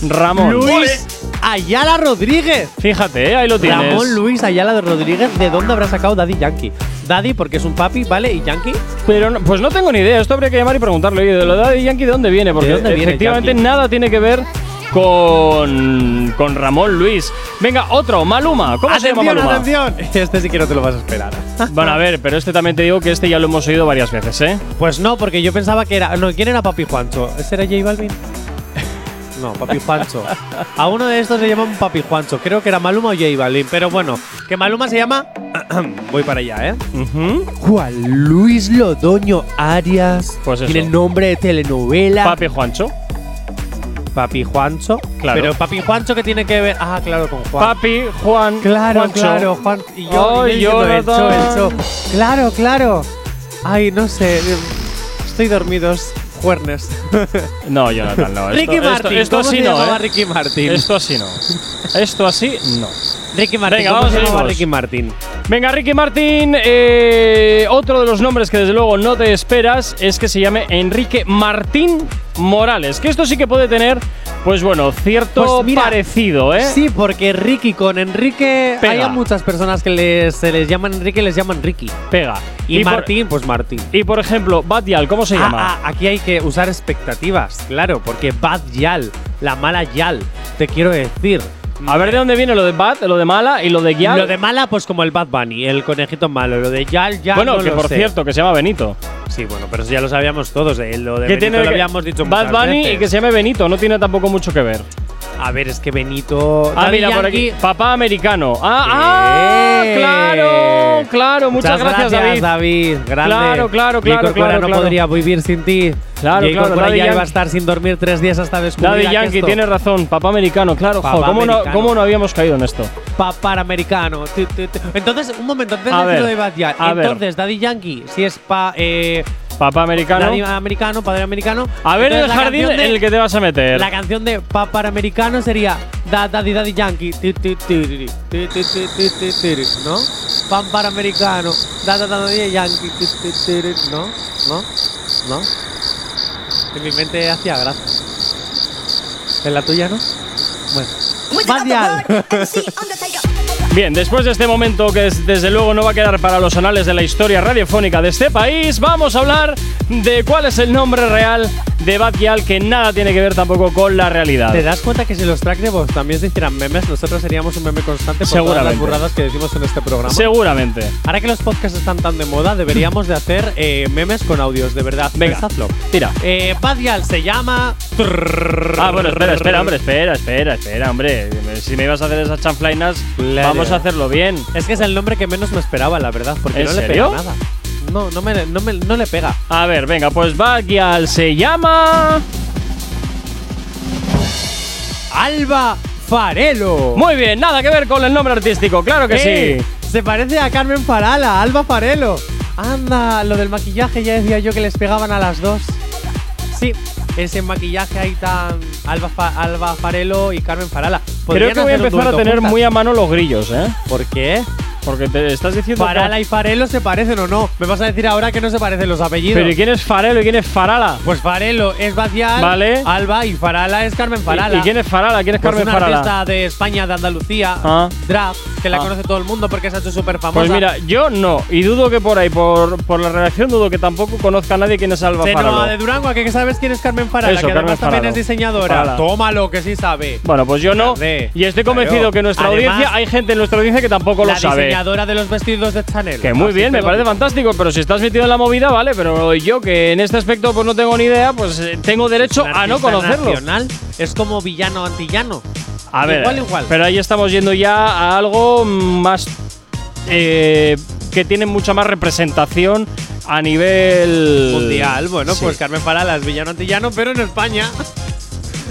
Speaker 2: Ramón.
Speaker 3: Luis Ayala Rodríguez.
Speaker 2: Fíjate, eh, ahí lo tienes.
Speaker 3: Ramón Luis Ayala de Rodríguez, ¿de dónde habrá sacado Daddy Yankee? Daddy porque es un papi, ¿vale? Y Yankee.
Speaker 2: Pero no- pues no tengo ni idea, esto habría que llamar y preguntarle, oye, de lo de Daddy Yankee, ¿de dónde viene? Porque
Speaker 3: ¿De dónde viene
Speaker 2: efectivamente
Speaker 3: Yankee?
Speaker 2: nada tiene que ver con, con Ramón Luis. Venga, otro, Maluma. ¿Cómo se llama
Speaker 3: Atención,
Speaker 2: Maluma?
Speaker 3: atención. Este sí que no te lo vas a esperar.
Speaker 2: Bueno, a ver, pero este también te digo que este ya lo hemos oído varias veces, ¿eh?
Speaker 3: Pues no, porque yo pensaba que era. No, ¿quién era Papi Juancho? ¿Ese era J Balvin? No, Papi Juancho. A uno de estos le llaman Papi Juancho. Creo que era Maluma o J Balvin. Pero bueno, que Maluma se llama. Voy para allá, ¿eh?
Speaker 2: Ujú.
Speaker 3: Juan Luis Lodoño Arias.
Speaker 2: Pues eso.
Speaker 3: Tiene nombre de telenovela.
Speaker 2: Papi Juancho.
Speaker 3: Papi Juancho.
Speaker 2: Claro.
Speaker 3: Pero Papi Juancho que tiene que ver. Ah, claro, con Juan.
Speaker 2: Papi, Juan,
Speaker 3: Claro,
Speaker 2: Juancho.
Speaker 3: claro, Juan. Y yo,
Speaker 2: Ay,
Speaker 3: y yo diciendo el
Speaker 2: Jonathan.
Speaker 3: show, el show. Claro, claro. Ay, no sé. eh, Estoy dormidos. Juernes.
Speaker 2: No, Jonathan, no. Ah, Esto,
Speaker 3: Ricky
Speaker 2: esto-
Speaker 3: Martin.
Speaker 2: Esto,
Speaker 3: ¿Cómo
Speaker 2: así
Speaker 3: se
Speaker 2: no,
Speaker 3: llamaba
Speaker 2: ¿eh?
Speaker 3: Ricky Martin?
Speaker 2: Esto así no. Esto así no.
Speaker 3: Ricky Martin.
Speaker 2: Venga,
Speaker 3: ¿cómo
Speaker 2: vamos,
Speaker 3: se llamaba
Speaker 2: seguimos.
Speaker 3: Ricky Martin.
Speaker 2: Venga, Ricky Martin, eh, otro de los nombres que desde luego no te esperas es que se llame Enrique Martín Morales, que esto sí que puede tener, pues bueno, cierto
Speaker 3: Pues mira,
Speaker 2: parecido, ¿eh?
Speaker 3: Sí, porque Ricky con Enrique.
Speaker 2: Pega.
Speaker 3: Hay a muchas personas que les, se les llaman Enrique y les llaman Ricky.
Speaker 2: Pega.
Speaker 3: Y,
Speaker 2: por-
Speaker 3: Martín, pues Martín.
Speaker 2: y por ejemplo, Batial, ¿cómo se
Speaker 3: Ah,
Speaker 2: llama?
Speaker 3: ah, aquí hay que usar expectativas, claro, porque Bad Yal, la mala Yal, te quiero decir.
Speaker 2: A ver de dónde viene lo de Bat, lo de Mala y lo de Gyal.
Speaker 3: Lo de mala, pues como el Bad Bunny, el conejito malo. Lo de Yal, Yal.
Speaker 2: bueno,
Speaker 3: no
Speaker 2: que
Speaker 3: lo
Speaker 2: por
Speaker 3: sé.
Speaker 2: cierto, que se llama Benito.
Speaker 3: Sí, bueno, pero eso ya lo sabíamos todos. eh, Lo de
Speaker 2: que
Speaker 3: Benito lo habíamos dicho
Speaker 2: Bad
Speaker 3: muchas
Speaker 2: Bunny
Speaker 3: veces.
Speaker 2: y que se llame Benito, no tiene tampoco mucho que ver.
Speaker 3: A ver, es que Benito.
Speaker 2: Ah,
Speaker 3: Daddy
Speaker 2: mira, por
Speaker 3: Yankee-
Speaker 2: aquí. Papá americano. Ah, ah,
Speaker 3: Eh.
Speaker 2: claro, claro. Muchas, gracias, David.
Speaker 3: Grande.
Speaker 2: Claro, claro,
Speaker 3: Mi
Speaker 2: claro,
Speaker 3: Corcuera
Speaker 2: claro,
Speaker 3: no
Speaker 2: claro.
Speaker 3: podría vivir sin ti.
Speaker 2: Claro,
Speaker 3: Mi
Speaker 2: claro,
Speaker 3: Corcuera
Speaker 2: Daddy
Speaker 3: ya iba
Speaker 2: Yankee.
Speaker 3: a estar sin dormir tres días hasta descubrir.
Speaker 2: Daddy
Speaker 3: que
Speaker 2: Yankee,
Speaker 3: esto-
Speaker 2: tienes razón. Papá americano, claro.
Speaker 3: Papá
Speaker 2: jo, ¿cómo, No,
Speaker 3: americano.
Speaker 2: ¿Cómo no habíamos caído en esto?
Speaker 3: Pa- Panamericano. Tu, tu, tu. Entonces, un momento, antes
Speaker 2: A
Speaker 3: de
Speaker 2: ver,
Speaker 3: decir lo de Bad Yankee.
Speaker 2: a ver.
Speaker 3: Entonces, Daddy Yankee, si es pa, eh,
Speaker 2: Papá americano.
Speaker 3: Daddy americano, padre americano.
Speaker 2: A ver
Speaker 3: Entonces,
Speaker 2: el
Speaker 3: la
Speaker 2: jardín
Speaker 3: canción de-
Speaker 2: en el que te vas a meter.
Speaker 3: La canción de Papá Americano sería Da- Daddy Daddy Yankee. Tu, tu, tu, tu, tu, tu, tu, tu, tu, tu, tu, ¿No? Papá Americano. Da, da, da, Daddy Yankee. tu, tu, tu, tu, ¿No? ¿No? ¿No? En mi mente hacía gracia. ¿En la tuya no? Bueno. Bad Yal.
Speaker 2: Bien, después de este momento que es- desde luego no va a quedar para los anales de la historia radiofónica de este país, vamos a hablar de cuál es el nombre real de Bad Gyal, que nada tiene que ver tampoco con la realidad.
Speaker 3: ¿Te das cuenta que si los track de voz también se hicieran memes, nosotros seríamos un meme constante por todas
Speaker 2: Seguramente.
Speaker 3: las burradas que decimos en este programa?
Speaker 2: Seguramente.
Speaker 3: Ahora que los podcasts están tan de moda, deberíamos de hacer eh, memes con audios, de verdad.
Speaker 2: Venga,
Speaker 3: Pensadlo.
Speaker 2: tira.
Speaker 3: Eh, Badial se llama.
Speaker 2: Ah, bueno, espera, espera, hombre, espera, espera, espera, hombre. Si me ibas a hacer esas chanflainas,
Speaker 3: Claro.
Speaker 2: vamos a hacerlo bien.
Speaker 3: Es que es el nombre que menos me esperaba, la verdad, porque
Speaker 2: ¿En
Speaker 3: no
Speaker 2: serio?
Speaker 3: le pega nada. No, no, me, no, me- no le pega.
Speaker 2: A ver, venga, pues Bad Gyal se llama.
Speaker 3: Alba Farelo.
Speaker 2: Muy bien, nada que ver con el nombre artístico, claro que
Speaker 3: Eh,
Speaker 2: sí.
Speaker 3: Se parece a Carmen Farala, Alba Farelo. Anda, lo del maquillaje ya decía yo que les pegaban a las dos. Sí, ese maquillaje ahí tan Alba, Fa- Alba Farelo y Carmen Farala.
Speaker 2: Creo que voy a empezar a tener muy a mano los grillos, ¿eh?
Speaker 3: ¿Por qué?
Speaker 2: Porque te estás diciendo. que-
Speaker 3: Farala y Farelo se parecen o no. Me vas a decir ahora que no se parecen los apellidos.
Speaker 2: Pero ¿y quién es Farelo y quién es Farala?
Speaker 3: Pues Farelo es Bacial,
Speaker 2: Vale.
Speaker 3: Alba y Farala es Carmen Farala.
Speaker 2: ¿Y, y quién es Farala? ¿Quién es
Speaker 3: Pues
Speaker 2: Carmen
Speaker 3: una
Speaker 2: Farala?
Speaker 3: artista de España, de Andalucía,
Speaker 2: Ah.
Speaker 3: Draft, que la
Speaker 2: Ah.
Speaker 3: conoce todo el mundo porque se ha hecho súper famosa.
Speaker 2: Pues mira, yo no, y dudo que por ahí, por, por la redacción, dudo que tampoco conozca a nadie quién es Alba
Speaker 3: Chenoa
Speaker 2: Farala.
Speaker 3: de Durango, ¿a que sabes quién es Carmen Farala?
Speaker 2: Eso,
Speaker 3: que
Speaker 2: Carmen
Speaker 3: además también
Speaker 2: Farala.
Speaker 3: es diseñadora.
Speaker 2: Farala.
Speaker 3: Tómalo, que sí sabe.
Speaker 2: Bueno, pues yo no.
Speaker 3: Grande.
Speaker 2: Y estoy convencido
Speaker 3: Claro.
Speaker 2: que nuestra
Speaker 3: Además,
Speaker 2: audiencia, hay gente en nuestra audiencia que tampoco
Speaker 3: la
Speaker 2: lo sabe.
Speaker 3: diseñadora de los vestidos de Chanel.
Speaker 2: Que muy
Speaker 3: Así
Speaker 2: bien,
Speaker 3: te
Speaker 2: me
Speaker 3: lo
Speaker 2: parece
Speaker 3: digo.
Speaker 2: fantástico, pero si estás metido en la movida, vale, pero yo que en este aspecto pues no tengo ni idea, pues eh, tengo derecho
Speaker 3: Un
Speaker 2: a no
Speaker 3: artista
Speaker 2: conocerlo.
Speaker 3: nacional es como villano antillano.
Speaker 2: A ver,
Speaker 3: Igual, igual.
Speaker 2: pero ahí estamos yendo ya a algo más eh, que tiene mucha más representación a nivel
Speaker 3: Mundial, bueno,
Speaker 2: Eh, Sí.
Speaker 3: pues Carmen Farala es villano antillano, pero en España.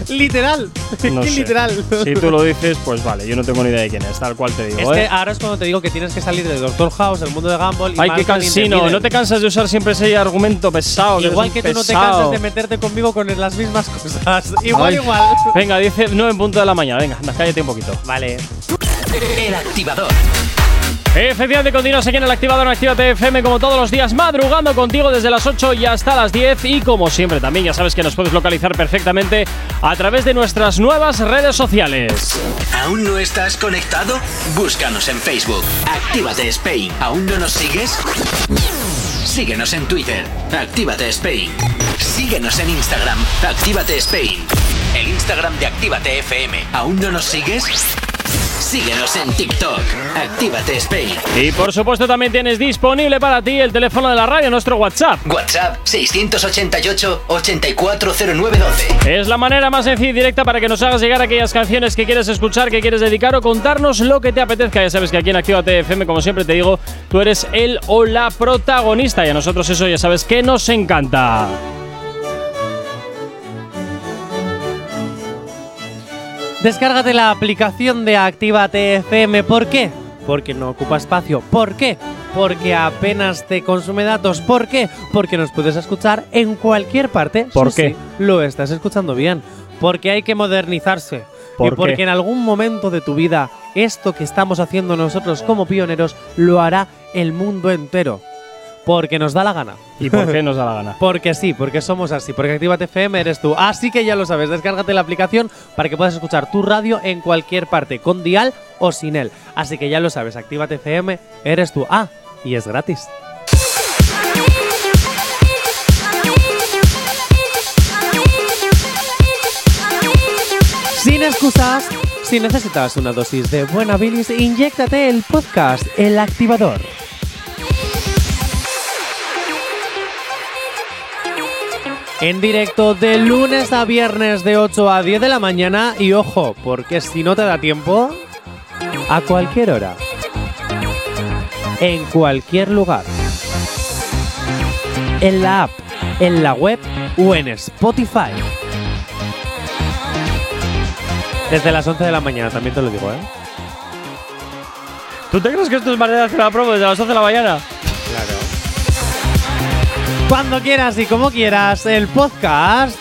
Speaker 3: literal.
Speaker 2: No
Speaker 3: Qué
Speaker 2: sé.
Speaker 3: literal.
Speaker 2: Si tú lo dices, pues vale, yo no tengo ni idea de quién es, tal cual te digo.
Speaker 3: Es que
Speaker 2: ¿eh?
Speaker 3: ahora es cuando te digo que tienes que salir de Doctor House, el mundo de Gumball. y
Speaker 2: Ay, qué
Speaker 3: Malcolm in the
Speaker 2: cansino,
Speaker 3: Middle.
Speaker 2: no te cansas de usar siempre ese argumento pesado. que
Speaker 3: Igual
Speaker 2: eres
Speaker 3: que
Speaker 2: un
Speaker 3: tú no te
Speaker 2: pesado.
Speaker 3: cansas de meterte conmigo con las mismas cosas. Igual,
Speaker 2: Ay.
Speaker 3: igual.
Speaker 2: Venga, dice 9 en punto de la mañana, venga, anda, cállate un poquito.
Speaker 3: Vale.
Speaker 1: El activador.
Speaker 2: Eh, Efectivamente, continuas aquí en el activador en Actívate FM como todos los días, madrugando contigo desde las 8 y hasta las 10 y como siempre también ya sabes que nos puedes localizar perfectamente a través de nuestras nuevas redes sociales.
Speaker 1: ¿Aún no estás conectado? Búscanos en Facebook. Actívate Spain. ¿Aún no nos sigues? Síguenos en Twitter. Actívate Spain. Síguenos en Instagram. Actívate Spain. El Instagram de Actívate FM. ¿Aún no nos sigues? Síguenos en TikTok. Actívate Spain.
Speaker 2: Y por supuesto también tienes disponible para ti el teléfono de la radio, nuestro WhatsApp.
Speaker 1: WhatsApp 688 840912.
Speaker 2: Es la manera más sencilla y directa para que nos hagas llegar aquellas canciones que quieres escuchar, que quieres dedicar o contarnos lo que te apetezca. Ya sabes que aquí en Actívate FM, como siempre te digo, tú eres el o la protagonista y a nosotros eso ya sabes que nos encanta.
Speaker 3: Descárgate la aplicación de Actívate FM. ¿Por qué? Porque no ocupa espacio. ¿Por qué? Porque apenas te consume datos. ¿Por qué? Porque nos puedes escuchar en cualquier parte.
Speaker 2: ¿Por qué?
Speaker 3: lo estás escuchando bien. Porque hay que modernizarse.
Speaker 2: ¿Por
Speaker 3: y porque
Speaker 2: qué?
Speaker 3: en algún momento de tu vida, esto que estamos haciendo nosotros como pioneros lo hará el mundo entero. Porque nos da la gana.
Speaker 2: ¿Y por qué nos da la gana?
Speaker 3: Porque sí, porque somos así, porque Actívate FM eres tú. Así que ya lo sabes, descárgate la aplicación para que puedas escuchar tu radio en cualquier parte, con dial o sin él. Así que ya lo sabes, Actívate FM eres tú. Ah, y es gratis. Sin excusas, si necesitas una dosis de buena bilis, inyéctate el podcast El Activador. En directo de lunes a viernes de 8 a 10 de la mañana y ojo, porque si no te da tiempo, a cualquier hora, en cualquier lugar, en la app, en la web o en Spotify. Desde las 11 de la mañana, también te lo digo, ¿eh?
Speaker 2: ¿Tú te crees que esto es manera de hacer la promo desde las 11 de la mañana?
Speaker 3: Cuando quieras y como quieras, el podcast,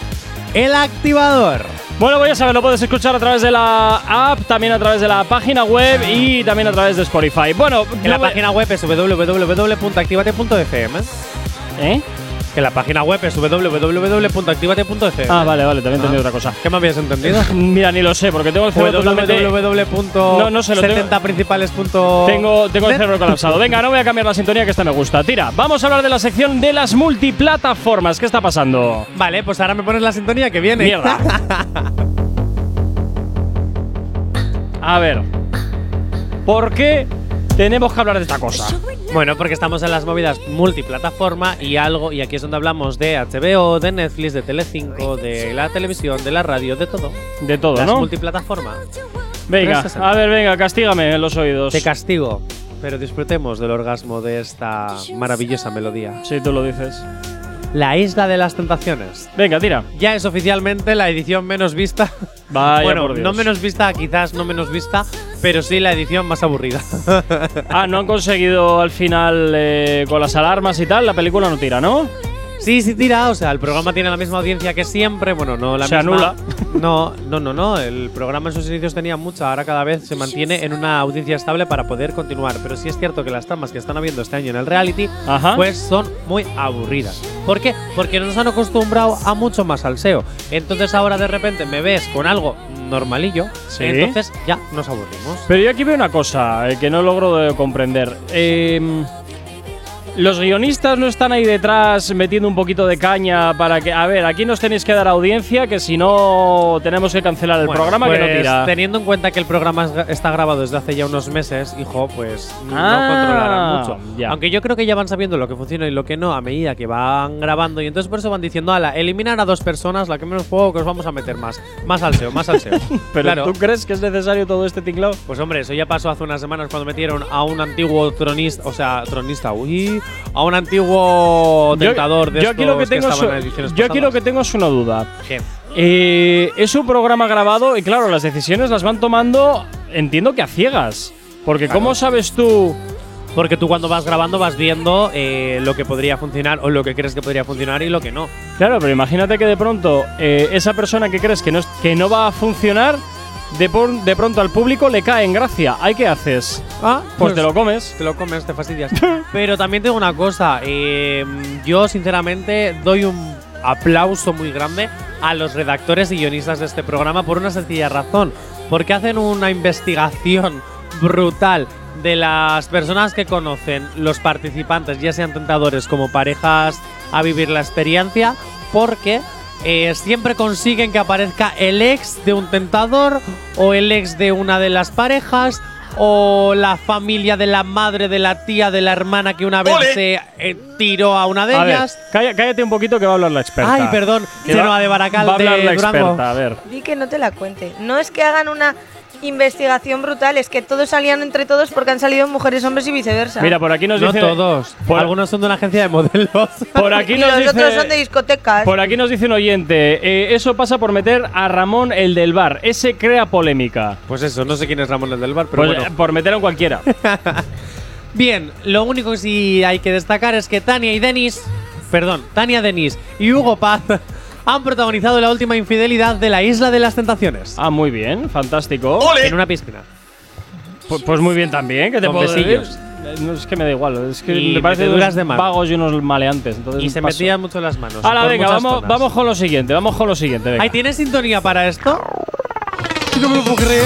Speaker 3: el activador.
Speaker 2: Bueno, voy a saber, lo puedes escuchar a través de la app, también a través de la página web y también a través de Spotify. Bueno,
Speaker 3: En la
Speaker 2: no me-
Speaker 3: página web es www.activate.fm.
Speaker 2: ¿Eh?
Speaker 3: Que la página web es www.activate.fm.
Speaker 2: Ah, vale, vale, también entendí
Speaker 3: Ah.
Speaker 2: otra cosa.
Speaker 3: e ¿Qué me habías entendido?
Speaker 2: Mira, ni lo sé, porque tengo el cerebro totalmente. No, no sé, lo tengo-
Speaker 3: www.70principales.net.
Speaker 2: Tengo, tengo el cerebro colapsado. Venga, no voy a cambiar la sintonía que esta me gusta. Tira, vamos a hablar de la sección de las multiplataformas. ¿Qué está pasando?
Speaker 3: Vale, pues ahora me pones la sintonía que viene.
Speaker 2: Mierda. A ver. ¿Por qué tenemos que hablar de esta cosa?
Speaker 3: Bueno, porque estamos en las movidas multiplataforma y algo, y aquí es donde hablamos de HBO, de Netflix, de Telecinco, de la televisión, de la radio, de todo.
Speaker 2: De todo,
Speaker 3: Las
Speaker 2: ¿no?
Speaker 3: multiplataforma.
Speaker 2: Venga,
Speaker 3: 360.
Speaker 2: a ver, venga, castígame en los oídos.
Speaker 3: Te castigo, pero disfrutemos del orgasmo de esta maravillosa melodía.
Speaker 2: Si tú lo dices.
Speaker 3: La isla de las tentaciones.
Speaker 2: Venga, tira.
Speaker 3: Ya es oficialmente la edición menos vista.
Speaker 2: Vaya
Speaker 3: bueno,
Speaker 2: por Dios.
Speaker 3: no menos vista, quizás no menos vista, pero sí la edición más aburrida.
Speaker 2: Ah, no han conseguido al final eh, con las alarmas y tal, la película no tira, ¿no?
Speaker 3: sí, sí tira, o sea, el programa tiene la misma audiencia que siempre, bueno, no la
Speaker 2: Se
Speaker 3: misma.
Speaker 2: anula.
Speaker 3: No, no, no, no, el programa en sus inicios tenía mucha, ahora cada vez se mantiene en una audiencia estable para poder continuar, pero sí es cierto que las tramas que están habiendo este año en el reality
Speaker 2: Ajá.
Speaker 3: pues son muy aburridas. ¿Por qué? Porque nos han acostumbrado a mucho más salseo. Entonces ahora de repente me ves con algo normalillo,
Speaker 2: Sí.
Speaker 3: entonces ya nos aburrimos.
Speaker 2: Pero yo aquí veo una cosa eh, que no logro de comprender. Eh, los guionistas no están ahí detrás metiendo un poquito de caña para que, a ver, aquí nos tenéis que dar audiencia, que si no tenemos que cancelar el
Speaker 3: Bueno,
Speaker 2: programa que
Speaker 3: pues,
Speaker 2: no tira.
Speaker 3: Teniendo en cuenta que el programa es- está grabado desde hace ya unos meses, hijo, pues
Speaker 2: Ah,
Speaker 3: no controlarán mucho.
Speaker 2: ya.
Speaker 3: Aunque yo creo que ya van sabiendo lo que funciona y lo que no a medida que van grabando. Y entonces por eso van diciendo, ala, eliminar a dos personas, la que menos juego que os vamos a meter más. Más salseo, más salseo.
Speaker 2: Pero
Speaker 3: claro.
Speaker 2: ¿tú crees que es necesario todo este tinglao?
Speaker 3: Pues hombre, eso ya pasó hace unas semanas cuando metieron a un antiguo tronista, o sea, tronista, uy, a un antiguo tentador de
Speaker 2: yo aquí lo que
Speaker 3: estos
Speaker 2: tengo es-
Speaker 3: estaban en ediciones
Speaker 2: yo aquí lo que
Speaker 3: pasadas.
Speaker 2: tengo es una duda.
Speaker 3: ¿Qué?
Speaker 2: Eh, es un programa grabado y claro, las decisiones las van tomando, entiendo que a ciegas. Porque ¿cómo sabes tú?
Speaker 3: Porque tú cuando vas grabando vas viendo eh, lo que podría funcionar o lo que crees que podría funcionar y lo que no.
Speaker 2: Claro, pero imagínate que de pronto eh, esa persona que crees que no, es- que no va a funcionar, de, por- de pronto al público le cae en gracia. ¿Ay qué haces?
Speaker 3: Ah,
Speaker 2: Pues te lo comes.
Speaker 3: te lo comes, te fastidias. Pero también tengo una cosa, eh, yo sinceramente doy un aplauso muy grande a los redactores y guionistas de este programa por una sencilla razón, porque hacen una investigación brutal de las personas que conocen los participantes, ya sean tentadores como parejas a vivir la experiencia, porque eh, siempre consiguen que aparezca el ex de un tentador o el ex de una de las parejas o Oh, la familia de la madre, de la tía, de la hermana que una vez se eh, tiró a una de
Speaker 2: A ver,
Speaker 3: ellas.
Speaker 2: calla- cállate un poquito que va a hablar la experta.
Speaker 3: Ay, perdón,
Speaker 2: Que va-
Speaker 3: lleno de Baracal
Speaker 2: Va a hablar
Speaker 3: de
Speaker 2: la
Speaker 3: Durango.
Speaker 2: experta, a ver.
Speaker 5: Di que no te la cuente. No es que hagan una investigación brutal, es que todos salían entre todos porque han salido mujeres, hombres y viceversa.
Speaker 2: Mira, por aquí nos
Speaker 3: No
Speaker 2: dicen.
Speaker 3: todos.
Speaker 2: Por-
Speaker 3: Algunos son de una agencia de modelos.
Speaker 2: Por aquí
Speaker 5: y
Speaker 2: nos
Speaker 5: los
Speaker 2: dice-
Speaker 5: otros son de discotecas.
Speaker 2: Por aquí nos dice un oyente, eh, eso pasa por meter a Ramón el del bar, ese crea polémica.
Speaker 3: Pues eso, no sé quién es Ramón el del bar, pero
Speaker 2: Pues, eh,
Speaker 3: bueno.
Speaker 2: por meter a un cualquiera.
Speaker 3: Bien, lo único que sí hay que destacar es que Tania y Denis, perdón, Tania Denis y Hugo Paz han protagonizado la última infidelidad de la Isla de las Tentaciones
Speaker 2: ah, muy bien, fantástico.
Speaker 3: en una piscina.
Speaker 2: Pues, pues muy bien también, que te
Speaker 3: Con
Speaker 2: puedo decir?
Speaker 3: besillos.
Speaker 2: Eh, No, es que me da igual, es que
Speaker 3: Y
Speaker 2: me parece
Speaker 3: meteduras
Speaker 2: unos
Speaker 3: de mano.
Speaker 2: vagos y unos maleantes. Entonces
Speaker 3: Y se
Speaker 2: paso.
Speaker 3: metían mucho las manos.
Speaker 2: Ahora,
Speaker 3: por
Speaker 2: venga,
Speaker 3: muchas
Speaker 2: vamos,
Speaker 3: zonas.
Speaker 2: vamos con lo siguiente, vamos con lo siguiente. venga.
Speaker 3: Ay, ¿tienes sintonía para esto? No me lo puedo creer.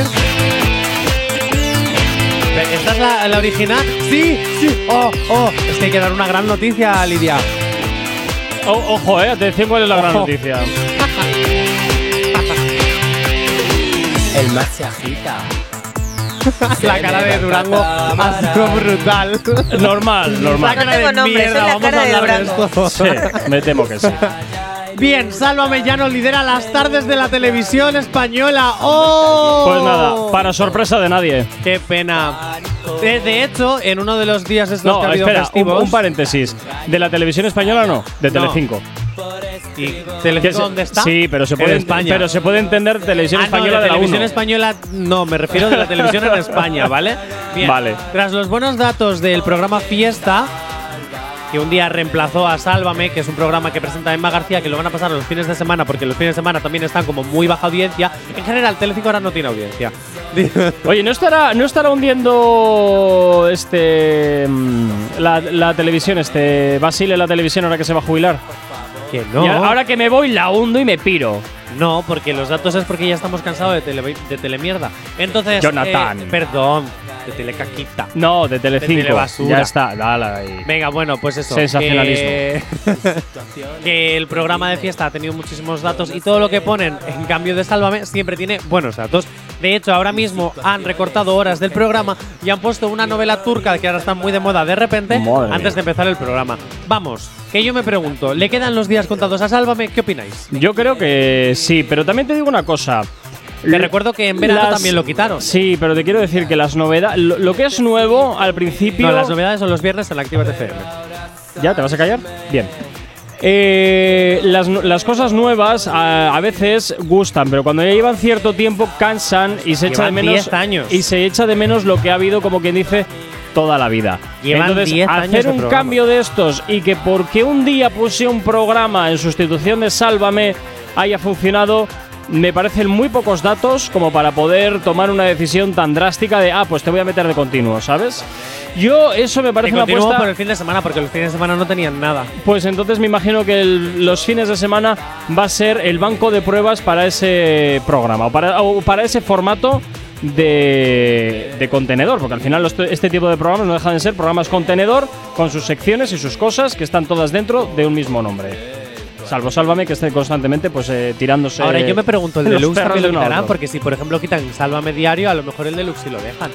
Speaker 3: ¿Esta es la, la original? Sí, sí. Oh, oh. Es que hay que dar una gran noticia, Lidia.
Speaker 2: O- ojo, eh, atención cuál es la gran
Speaker 3: Ojo.
Speaker 2: noticia.
Speaker 7: El mar se agita.
Speaker 3: La cara de Durango ha sido brutal.
Speaker 2: Normal, normal.
Speaker 5: No tengo nombre, soy la cara de Durango.
Speaker 3: esto.
Speaker 2: Sí, me temo que sí.
Speaker 3: Bien, Sálvame ya nos lidera las tardes de la televisión española. ¡Oh!
Speaker 2: Pues nada, para sorpresa de nadie.
Speaker 3: Qué pena. Eh, de hecho, en uno de los días estos
Speaker 2: No,
Speaker 3: que ha habido
Speaker 2: espera, un,
Speaker 3: festivos…
Speaker 2: un paréntesis. De la televisión española no, de
Speaker 3: No.
Speaker 2: Telecinco.
Speaker 3: ¿Y
Speaker 2: Que
Speaker 3: Telecinco
Speaker 2: se-
Speaker 3: dónde está?
Speaker 2: Sí, pero se
Speaker 3: En
Speaker 2: puede, ent-
Speaker 3: España.
Speaker 2: Pero se puede entender televisión
Speaker 3: Ah, no,
Speaker 2: española
Speaker 3: de
Speaker 2: de la
Speaker 3: televisión
Speaker 2: 1.
Speaker 3: española, no, me refiero de la televisión en España, ¿vale?
Speaker 2: Vale.
Speaker 3: Tras los buenos datos del programa Fiesta, que un día reemplazó a Sálvame, que es un programa que presenta Emma García, que lo van a pasar los fines de semana, porque los fines de semana también están como muy baja audiencia. En general, Telecinco ahora no tiene audiencia.
Speaker 2: Oye, ¿no estará, no estará hundiendo este mm, la, la televisión, este Basile la televisión ahora que se va a jubilar?
Speaker 3: que no.
Speaker 2: Y a- ahora que me voy la hundo y me piro.
Speaker 3: No, porque los datos es porque ya estamos cansados de, tele- de telemierda. Entonces.
Speaker 2: Jonathan.
Speaker 3: eh, perdón, de telecaquita.
Speaker 2: No, de Telecinco.
Speaker 3: telebasura.
Speaker 2: ya está, dale ahí.
Speaker 3: Venga, bueno, pues eso.
Speaker 2: Sensacionalismo.
Speaker 3: Que, que el programa de fiesta ha tenido muchísimos datos y todo lo que ponen en cambio de Sálvame siempre tiene buenos datos. De hecho, ahora mismo han recortado horas del programa y han puesto una novela turca que ahora está muy de moda de repente
Speaker 2: Madre mía.
Speaker 3: antes de empezar el programa. Vamos, que yo me pregunto, ¿le quedan los días contados a Sálvame? ¿Qué opináis?
Speaker 2: Yo creo que sí, pero también te digo una cosa.
Speaker 3: Te recuerdo que en verano
Speaker 2: Las-
Speaker 3: también lo quitaron.
Speaker 2: Sí, pero te quiero decir que las novedades. Lo, lo que es nuevo al principio.
Speaker 3: No, las novedades son los viernes en la Activa FM.
Speaker 2: ¿Ya te vas a callar? Bien. Eh, las, nu- las cosas nuevas a, a veces gustan, pero cuando ya llevan cierto tiempo cansan y se echa de
Speaker 3: Llevan
Speaker 2: menos
Speaker 3: 10 años.
Speaker 2: y se echa de menos lo que ha habido como quien dice toda la vida.
Speaker 3: Llevan
Speaker 2: Entonces
Speaker 3: 10 años
Speaker 2: hacer
Speaker 3: de
Speaker 2: un
Speaker 3: programa.
Speaker 2: cambio de estos y que porque un día puse un programa en sustitución de Sálvame haya funcionado me parecen muy pocos datos como para poder tomar una decisión tan drástica de ah pues te voy a meter de continuo, ¿sabes? Yo eso me
Speaker 3: Y
Speaker 2: parece una
Speaker 3: continuamos
Speaker 2: apuesta
Speaker 3: por el fin de semana porque los fines de semana no tenían nada.
Speaker 2: pues entonces me imagino que el- los fines de semana va a ser el banco de pruebas para ese programa o para, o para ese formato de, de contenedor, porque al final los- este tipo de programas no dejan de ser programas contenedor con sus secciones y sus cosas que están todas dentro de un mismo nombre. Salvo Sálvame, que esté constantemente pues eh, tirándose.
Speaker 3: Ahora yo me pregunto, ¿el
Speaker 2: los
Speaker 3: deluxe
Speaker 2: perros
Speaker 3: también
Speaker 2: de
Speaker 3: lo
Speaker 2: uno a
Speaker 3: quitarán?
Speaker 2: otro.
Speaker 3: Porque si, por ejemplo, quitan Sálvame Diario, a lo mejor el deluxe sí lo dejan.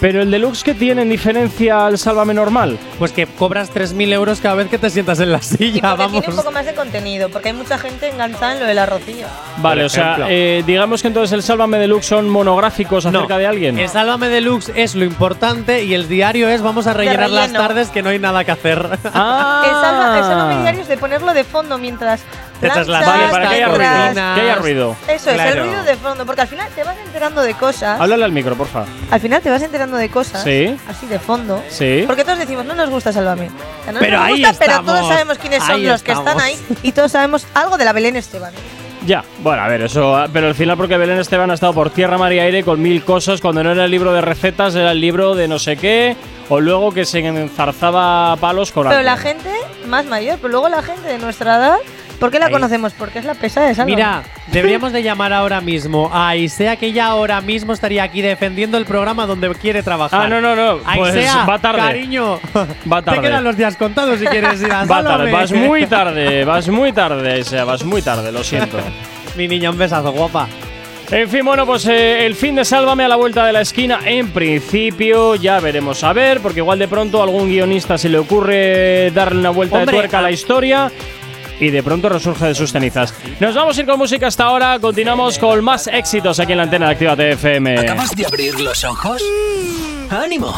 Speaker 2: Pero el deluxe que tiene en diferencia al Sálvame normal.
Speaker 3: Pues que cobras 3.000 euros cada vez que te sientas en la
Speaker 5: Y
Speaker 3: silla,
Speaker 5: porque
Speaker 3: vamos.
Speaker 5: tiene un poco más de contenido, porque hay mucha gente enganchada en lo de la rocilla.
Speaker 2: Vale,
Speaker 3: Por
Speaker 2: o sea,
Speaker 3: ejemplo.
Speaker 2: eh, digamos que entonces el Sálvame Deluxe son monográficos
Speaker 3: No,
Speaker 2: acerca de alguien.
Speaker 3: El Sálvame Deluxe es lo importante y el diario es vamos a rellenar las
Speaker 5: relleno.
Speaker 3: tardes que no hay nada que hacer.
Speaker 2: Ah.
Speaker 5: El salva, el salva diario es de ponerlo de fondo mientras
Speaker 3: Te
Speaker 5: planchas,
Speaker 3: trasladas,
Speaker 2: Vale, para que haya ruido.
Speaker 5: cortas.
Speaker 3: Cortinas.
Speaker 2: Que haya ruido.
Speaker 5: Eso es, el
Speaker 3: Claro.
Speaker 5: ruido de fondo, porque al final te vas enterando de cosas.
Speaker 2: Háblale al micro, porfa.
Speaker 5: Al final te vas enterando de cosas.
Speaker 2: Sí.
Speaker 5: Así de fondo.
Speaker 2: Sí.
Speaker 5: Porque todos decimos, no nos gusta Sálvame. O sea, no
Speaker 3: Pero
Speaker 5: nos
Speaker 3: ahí
Speaker 5: gusta, pero
Speaker 3: estamos.
Speaker 5: todos sabemos quiénes son
Speaker 3: Ahí
Speaker 5: los que
Speaker 3: estamos.
Speaker 5: están ahí. Y todos sabemos algo de la Belén Esteban.
Speaker 2: Ya, bueno, a ver, eso. ah, Pero al final, porque Belén Esteban ha estado por tierra, mar y aire con mil cosas. Cuando no era el libro de recetas, era el libro de no sé qué. O luego que se enzarzaba a palos con
Speaker 5: Pero
Speaker 2: alguien.
Speaker 5: la gente más mayor, pero luego la gente de nuestra edad, ¿por qué la
Speaker 3: Ahí.
Speaker 5: conocemos? Porque es la pesada de Sálvame.
Speaker 3: Mira, deberíamos de llamar ahora mismo a Isea, que ya ahora mismo estaría aquí defendiendo el programa donde quiere trabajar.
Speaker 2: Ah, no, no, no. Pues
Speaker 3: Aisea,
Speaker 2: va tarde.
Speaker 3: cariño.
Speaker 2: Va tarde.
Speaker 3: Te quedan los días contados si quieres ir a
Speaker 2: Va tarde,
Speaker 3: Sálvame.
Speaker 2: vas muy tarde, vas muy tarde, o sea, vas muy tarde, lo siento.
Speaker 3: Mi niña, un besazo, guapa.
Speaker 2: En fin, bueno, pues eh, el fin de Sálvame a la vuelta de la esquina, en principio, ya veremos a ver, porque igual de pronto a algún guionista se le ocurre darle una vuelta
Speaker 3: Hombre,
Speaker 2: de tuerca a
Speaker 3: a-
Speaker 2: la historia y de pronto resurge de sus cenizas. Nos vamos a ir con música hasta ahora, continuamos con más éxitos aquí en la antena de Activa TFM.
Speaker 1: ¿Acabas de abrir los ojos? ¡Ánimo!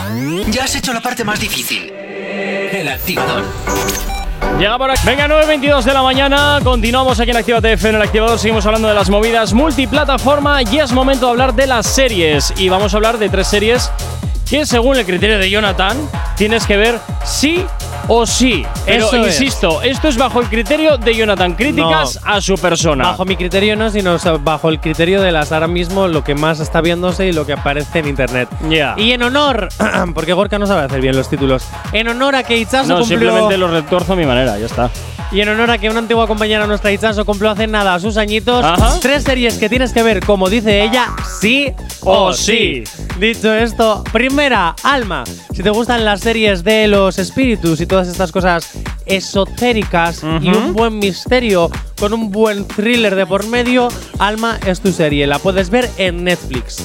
Speaker 1: Ya has hecho la parte más difícil. El activador.
Speaker 2: Llega por aquí. Venga, 9.22 de la mañana. Continuamos aquí en Activa TF en el activador. Seguimos hablando de las movidas multiplataforma y es momento de hablar de las series. Y vamos a hablar de tres series que, según el criterio de Jonathan, tienes que ver sí o sí. Pero
Speaker 3: Eso es.
Speaker 2: insisto, esto es bajo el criterio de Jonathan. Críticas a su persona.
Speaker 3: Bajo mi criterio no, sino o sea, bajo el criterio de las ahora mismo lo que más está viéndose y lo que aparece en internet.
Speaker 2: Ya.
Speaker 3: Y en honor, porque Gorka no sabe hacer bien los títulos. En honor a que Itzazo
Speaker 2: no,
Speaker 3: cumplió
Speaker 2: simplemente lo retorzo a mi manera, ya está.
Speaker 3: y en honor a que una antigua compañera nuestra Itzazo cumplió hace nada sus añitos,
Speaker 2: Ajá.
Speaker 3: tres series que tienes que ver, como dice ella, sí
Speaker 2: O
Speaker 3: o
Speaker 2: sí.
Speaker 3: sí. Dicho esto, primera, Alma. Si te gustan las series de los espíritus y todas estas cosas esotéricas y
Speaker 2: Ujú.
Speaker 3: un buen misterio con un buen thriller de por medio, Alma es tu serie. La puedes ver en Netflix.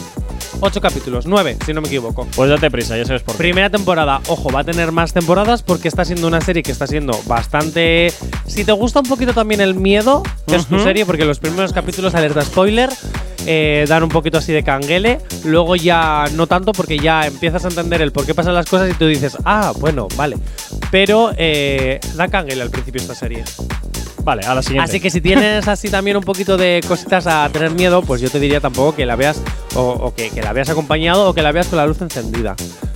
Speaker 3: Ocho capítulos, nueve, si no me equivoco.
Speaker 2: Pues date prisa, ya sabes por qué.
Speaker 3: Primera temporada, ojo, va a tener más temporadas porque está siendo una serie que está siendo bastante. Si te gusta un poquito también el miedo, que es tu
Speaker 2: Ujú.
Speaker 3: serie, porque los primeros capítulos, alerta spoiler, eh, dan un poquito así de canguele. Luego ya no tanto porque ya empiezas a entender el por qué pasan las cosas y tú dices, ah, bueno, vale. Pero eh, da canguele al principio esta serie.
Speaker 2: Vale, a la siguiente.
Speaker 3: Así que si tienes así también un poquito de cositas a tener miedo, pues yo te diría tampoco que la veas o, o que, que la veas acompañado o que la veas con la luz encendida.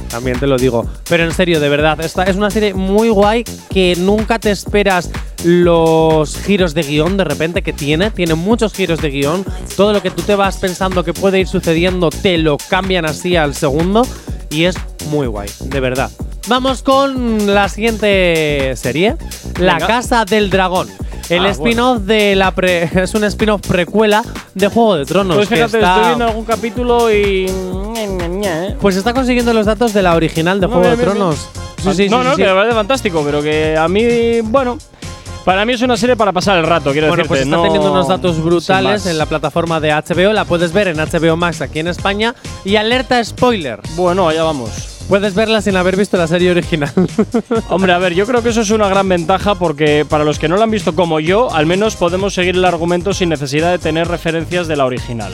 Speaker 3: También te lo digo. Pero en serio, de verdad, esta es una serie muy guay que nunca te esperas los giros de guión de repente que tiene. Tiene muchos giros de guión. Todo lo que tú te vas pensando que puede ir sucediendo te lo cambian así al segundo. Y es muy guay, de verdad. Vamos con la siguiente serie: La
Speaker 2: Venga.
Speaker 3: Casa del Dragón. El
Speaker 2: Ah,
Speaker 3: spin-off de la pre es un spin-off precuela de Juego de Tronos.
Speaker 2: Pues
Speaker 3: que
Speaker 2: fíjate,
Speaker 3: está-
Speaker 2: estoy viendo algún capítulo y. ña, ña, ña, ¿eh?
Speaker 3: pues está consiguiendo los datos de la original de
Speaker 2: No,
Speaker 3: Juego
Speaker 2: bien,
Speaker 3: de
Speaker 2: bien,
Speaker 3: Tronos.
Speaker 2: Fan- no, no, que me parece fantástico, pero que a mí, bueno, para mí es una serie para pasar el rato, quiero
Speaker 3: Bueno,
Speaker 2: decirte.
Speaker 3: pues está
Speaker 2: no-
Speaker 3: teniendo unos datos
Speaker 2: sin
Speaker 3: brutales
Speaker 2: más.
Speaker 3: en la plataforma de HBO. La puedes ver en HBO Max aquí en España. Y alerta spoiler.
Speaker 2: Bueno, allá vamos.
Speaker 3: Puedes verla sin haber visto la serie original.
Speaker 2: Hombre, a ver, yo creo que eso es una gran ventaja porque para los que no la han visto como yo, al menos podemos seguir el argumento sin necesidad de tener referencias de la original.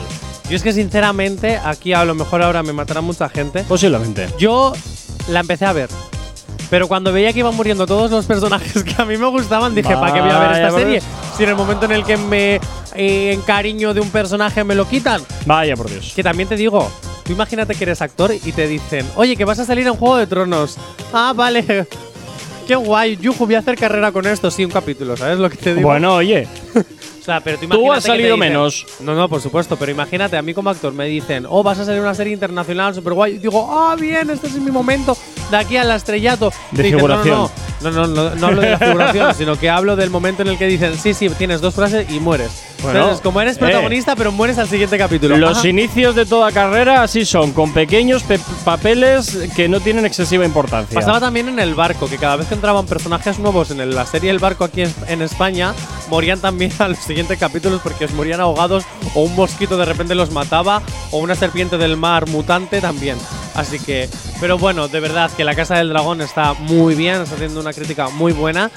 Speaker 3: yo es que sinceramente, aquí a lo mejor ahora me matará mucha gente.
Speaker 2: Posiblemente.
Speaker 3: Yo la empecé a ver. Pero cuando veía que iban muriendo todos los personajes que a mí me gustaban, dije, ¿para qué voy a ver
Speaker 2: Vaya,
Speaker 3: esta
Speaker 2: por
Speaker 3: serie?
Speaker 2: Dios.
Speaker 3: Si en el momento en el que me eh, encariño de un personaje me lo quitan.
Speaker 2: Vaya por Dios.
Speaker 3: Que también te digo, tú imagínate que eres actor y te dicen, oye, que vas a salir en Juego de Tronos. Ah, vale. Qué guay, Yuju, voy a hacer carrera con esto. Sí, un capítulo, ¿sabes lo que te digo?
Speaker 2: Bueno, oye,
Speaker 3: o sea, pero tú,
Speaker 2: tú
Speaker 3: imagínate
Speaker 2: has
Speaker 3: que te
Speaker 2: salido
Speaker 3: dicen-
Speaker 2: menos.
Speaker 3: No, no, por supuesto, pero imagínate, a mí como actor me dicen, oh, vas a salir en una serie internacional súper guay. Digo, ah, bien, este es mi momento de aquí al estrellato.
Speaker 2: De
Speaker 3: Te dicen, "No, no,
Speaker 2: figuración.
Speaker 3: No, no, no, no, no hablo de la figuración, sino que hablo del momento en el que dicen, sí, sí, tienes dos frases y mueres.
Speaker 2: Bueno,
Speaker 3: Entonces, como eres
Speaker 2: eh.
Speaker 3: protagonista, pero mueres al siguiente capítulo.
Speaker 2: Los
Speaker 3: Ajá.
Speaker 2: inicios de toda carrera así son, con pequeños pe- papeles que no tienen excesiva importancia.
Speaker 3: Pasaba también en el barco, que cada vez que entraban personajes nuevos en el- la serie El Barco aquí en, en España, morían también a los siguientes capítulos porque os morían ahogados o un mosquito de repente los mataba o una serpiente del mar mutante también. Así que, pero bueno, de verdad que la Casa del Dragón está muy bien, está haciendo una crítica muy buena.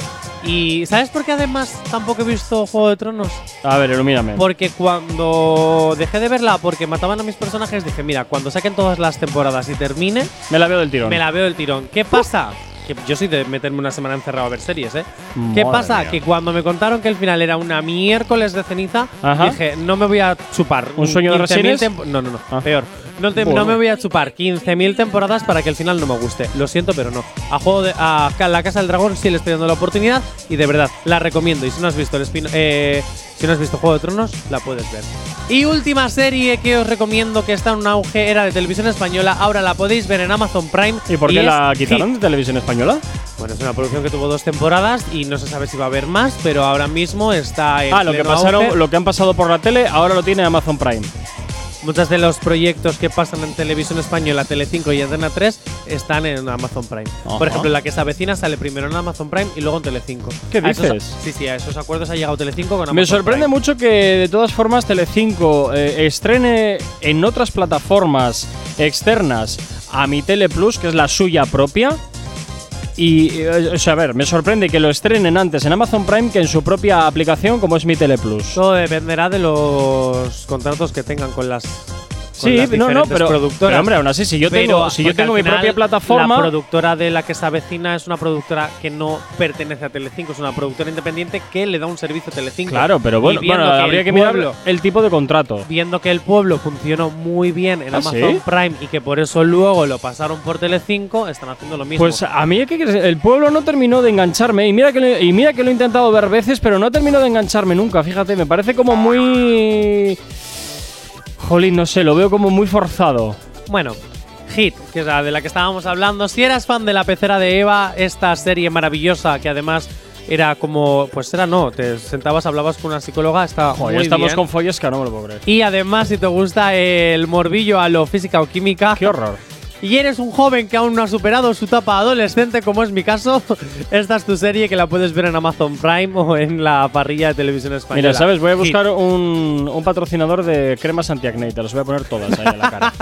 Speaker 3: Y ¿sabes por qué además tampoco he visto Juego de Tronos?
Speaker 2: A ver, ilumíname.
Speaker 3: Porque cuando dejé de verla porque mataban a mis personajes, dije, mira, cuando saquen todas las temporadas y termine,
Speaker 2: Me la veo del tirón.
Speaker 3: me la veo el tirón. ¿Qué pasa? Que yo soy de meterme una semana encerrado a ver series, ¿eh?
Speaker 2: Madre
Speaker 3: ¿Qué pasa?
Speaker 2: mía.
Speaker 3: Que cuando me contaron que el final era una miércoles de ceniza,
Speaker 2: Ajá.
Speaker 3: dije, no me voy a chupar.
Speaker 2: ¿Un sueño de
Speaker 3: 15.000
Speaker 2: resines?
Speaker 3: tempo- No, no, no.
Speaker 2: Ah.
Speaker 3: Peor. No, te-
Speaker 2: Bueno.
Speaker 3: no me voy a chupar 15.000 temporadas para que el final no me guste. Lo siento, pero no. A juego de, a Ca- La Casa del Dragón sí le estoy dando la oportunidad y de verdad la recomiendo. Y si no has visto el spin- eh, si no has visto Juego de Tronos, la puedes ver. Y última serie que os recomiendo que está en un auge era de televisión española. Ahora la podéis ver en Amazon Prime.
Speaker 2: ¿Y por qué
Speaker 3: es
Speaker 2: la
Speaker 3: Hit.
Speaker 2: quitaron de televisión española?
Speaker 3: Bueno, es una producción que tuvo dos temporadas y no se sabe si va a haber más, pero ahora mismo está en
Speaker 2: Ah, lo que
Speaker 3: pleno
Speaker 2: pasaron,
Speaker 3: auge.
Speaker 2: lo que han pasado por la tele, ahora lo tiene Amazon Prime.
Speaker 3: Muchos de los proyectos que pasan en televisión española, Telecinco y Antena 3 están en Amazon Prime.
Speaker 2: Ajá.
Speaker 3: Por ejemplo, la que está vecina sale primero en Amazon Prime y luego en Telecinco.
Speaker 2: ¿Qué
Speaker 3: A esos-
Speaker 2: dices?
Speaker 3: sí, sí, a esos acuerdos ha llegado Telecinco con Amazon
Speaker 2: Me sorprende
Speaker 3: Prime.
Speaker 2: mucho que de todas formas Telecinco eh, estrene en otras plataformas externas a mi Tele Plus, que es la suya propia. Y, eh, o sea, a ver, me sorprende que lo estrenen antes en Amazon Prime que en su propia aplicación como es mi Tele Plus.
Speaker 3: Todo dependerá de los contratos que tengan con las con
Speaker 2: Sí,
Speaker 3: las
Speaker 2: no, no,
Speaker 3: diferentes
Speaker 2: pero,
Speaker 3: productoras.
Speaker 2: pero, hombre, aún así, si yo tengo,
Speaker 3: Pero,
Speaker 2: si yo
Speaker 3: porque
Speaker 2: tengo
Speaker 3: al
Speaker 2: mi
Speaker 3: final,
Speaker 2: propia plataforma,
Speaker 3: La productora de la que se avecina es una productora que no pertenece a Telecinco, es una productora independiente que le da un servicio a Telecinco.
Speaker 2: claro, pero
Speaker 3: Y
Speaker 2: bueno,
Speaker 3: viendo
Speaker 2: bueno,
Speaker 3: que
Speaker 2: habría
Speaker 3: el
Speaker 2: que mirar
Speaker 3: pueblo-
Speaker 2: el tipo de contrato.
Speaker 3: Viendo que el pueblo funcionó muy bien en
Speaker 2: ¿Ah,
Speaker 3: Amazon
Speaker 2: sí?
Speaker 3: Prime y que por eso luego lo pasaron por Telecinco, están haciendo lo mismo.
Speaker 2: Pues a mí es que el pueblo no terminó de engancharme y mira que lo, y mira que lo he intentado ver veces, pero no terminó de engancharme nunca. Fíjate, me parece como muy Jolín, no sé, lo veo como muy forzado.
Speaker 3: Bueno, Hit, que es la de la que estábamos hablando. Si eras fan de la pecera de Eva, esta serie maravillosa que además era como. Pues era no, te sentabas, hablabas con una psicóloga, estaba.
Speaker 2: Joder,
Speaker 3: muy
Speaker 2: estamos
Speaker 3: bien.
Speaker 2: con Follesca, no me lo puedo creer.
Speaker 3: Y además, si te gusta el morbillo a lo física o química.
Speaker 2: Qué horror.
Speaker 3: Y eres un joven que aún no ha superado su etapa adolescente, como es mi caso. Esta es tu serie que la puedes ver en Amazon Prime o en la parrilla de televisión española.
Speaker 2: Mira, ¿sabes? Voy a
Speaker 3: Hit.
Speaker 2: buscar un, un patrocinador de cremas antiacné y te las voy a poner todas ahí en la cara.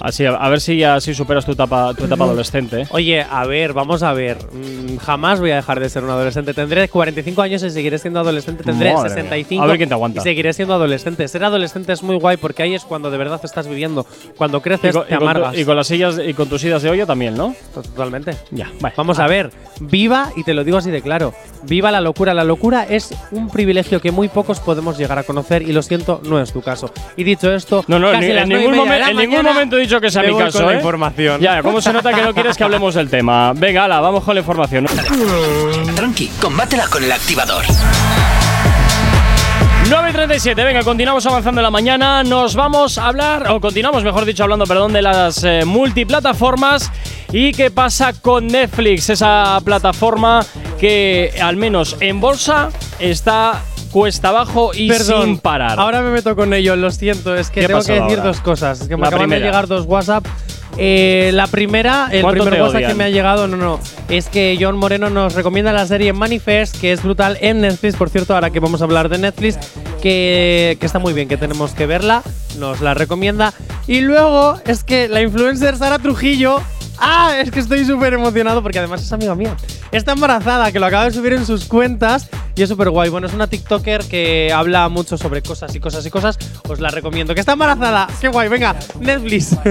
Speaker 2: Así, a, a ver si ya así superas tu etapa, tu etapa adolescente. ¿eh?
Speaker 3: Oye, a ver, vamos a ver. Mm, jamás voy a dejar de ser un adolescente. Tendré 45 años y seguiré siendo adolescente. Tendré
Speaker 2: Madre mía.
Speaker 3: 65.
Speaker 2: A ver quién te aguanta.
Speaker 3: Y seguiré siendo adolescente. Ser adolescente es muy guay porque ahí es cuando de verdad estás viviendo. Cuando
Speaker 2: Y
Speaker 3: creces,
Speaker 2: con,
Speaker 3: te
Speaker 2: y con tu-
Speaker 3: amargas.
Speaker 2: y con las sillas y con tus sillas de olla también, ¿no?
Speaker 3: Totalmente.
Speaker 2: Ya, vale.
Speaker 3: Vamos a ver, viva, y te lo digo así de claro, viva la locura. La locura es un privilegio que muy pocos podemos llegar a conocer y lo siento, no es tu caso. Y dicho esto,
Speaker 2: No, no,
Speaker 3: casi
Speaker 2: ni-
Speaker 3: las
Speaker 2: en
Speaker 3: nueve y
Speaker 2: ningún,
Speaker 3: media
Speaker 2: momen-
Speaker 3: de la
Speaker 2: en ningún
Speaker 3: mañana,
Speaker 2: momento he dicho que sea
Speaker 3: Me
Speaker 2: mi
Speaker 3: voy
Speaker 2: caso,
Speaker 3: con la
Speaker 2: ¿eh?
Speaker 3: información.
Speaker 2: Ya, ¿cómo se nota que no quieres que hablemos del tema? Venga, ala, vamos con la información.
Speaker 1: Tranqui, combátela con el activador.
Speaker 2: 9 y 37, venga, continuamos avanzando en la mañana. Nos vamos a hablar, o continuamos, mejor dicho, hablando, perdón, de las eh, multiplataformas y qué pasa con Netflix, esa plataforma que, al menos en bolsa, está cuesta abajo y
Speaker 3: Perdón,
Speaker 2: sin parar.
Speaker 3: Ahora me meto con ello, lo siento. Es que
Speaker 2: ¿Qué ha
Speaker 3: tengo que
Speaker 2: pasado
Speaker 3: decir
Speaker 2: ahora?
Speaker 3: dos cosas. Es que me
Speaker 2: La
Speaker 3: acaban
Speaker 2: primera.
Speaker 3: de llegar dos WhatsApp. Eh, la primera, el
Speaker 2: ¿Cuánto
Speaker 3: primer
Speaker 2: te
Speaker 3: WhatsApp que
Speaker 2: odian?
Speaker 3: me ha llegado, no, no, es que John Moreno nos recomienda la serie Manifest, que es brutal en Netflix, por cierto, ahora que vamos a hablar de Netflix, que, que está muy bien, que tenemos que verla, nos la recomienda. Y luego es que la influencer Sara Trujillo, ah, es que estoy súper emocionado porque además es amiga mía, está embarazada, que lo acaba de subir en sus cuentas y es súper guay. Bueno, es una TikToker que habla mucho sobre cosas y cosas y cosas, os la recomiendo, que está embarazada, qué guay, venga, Netflix.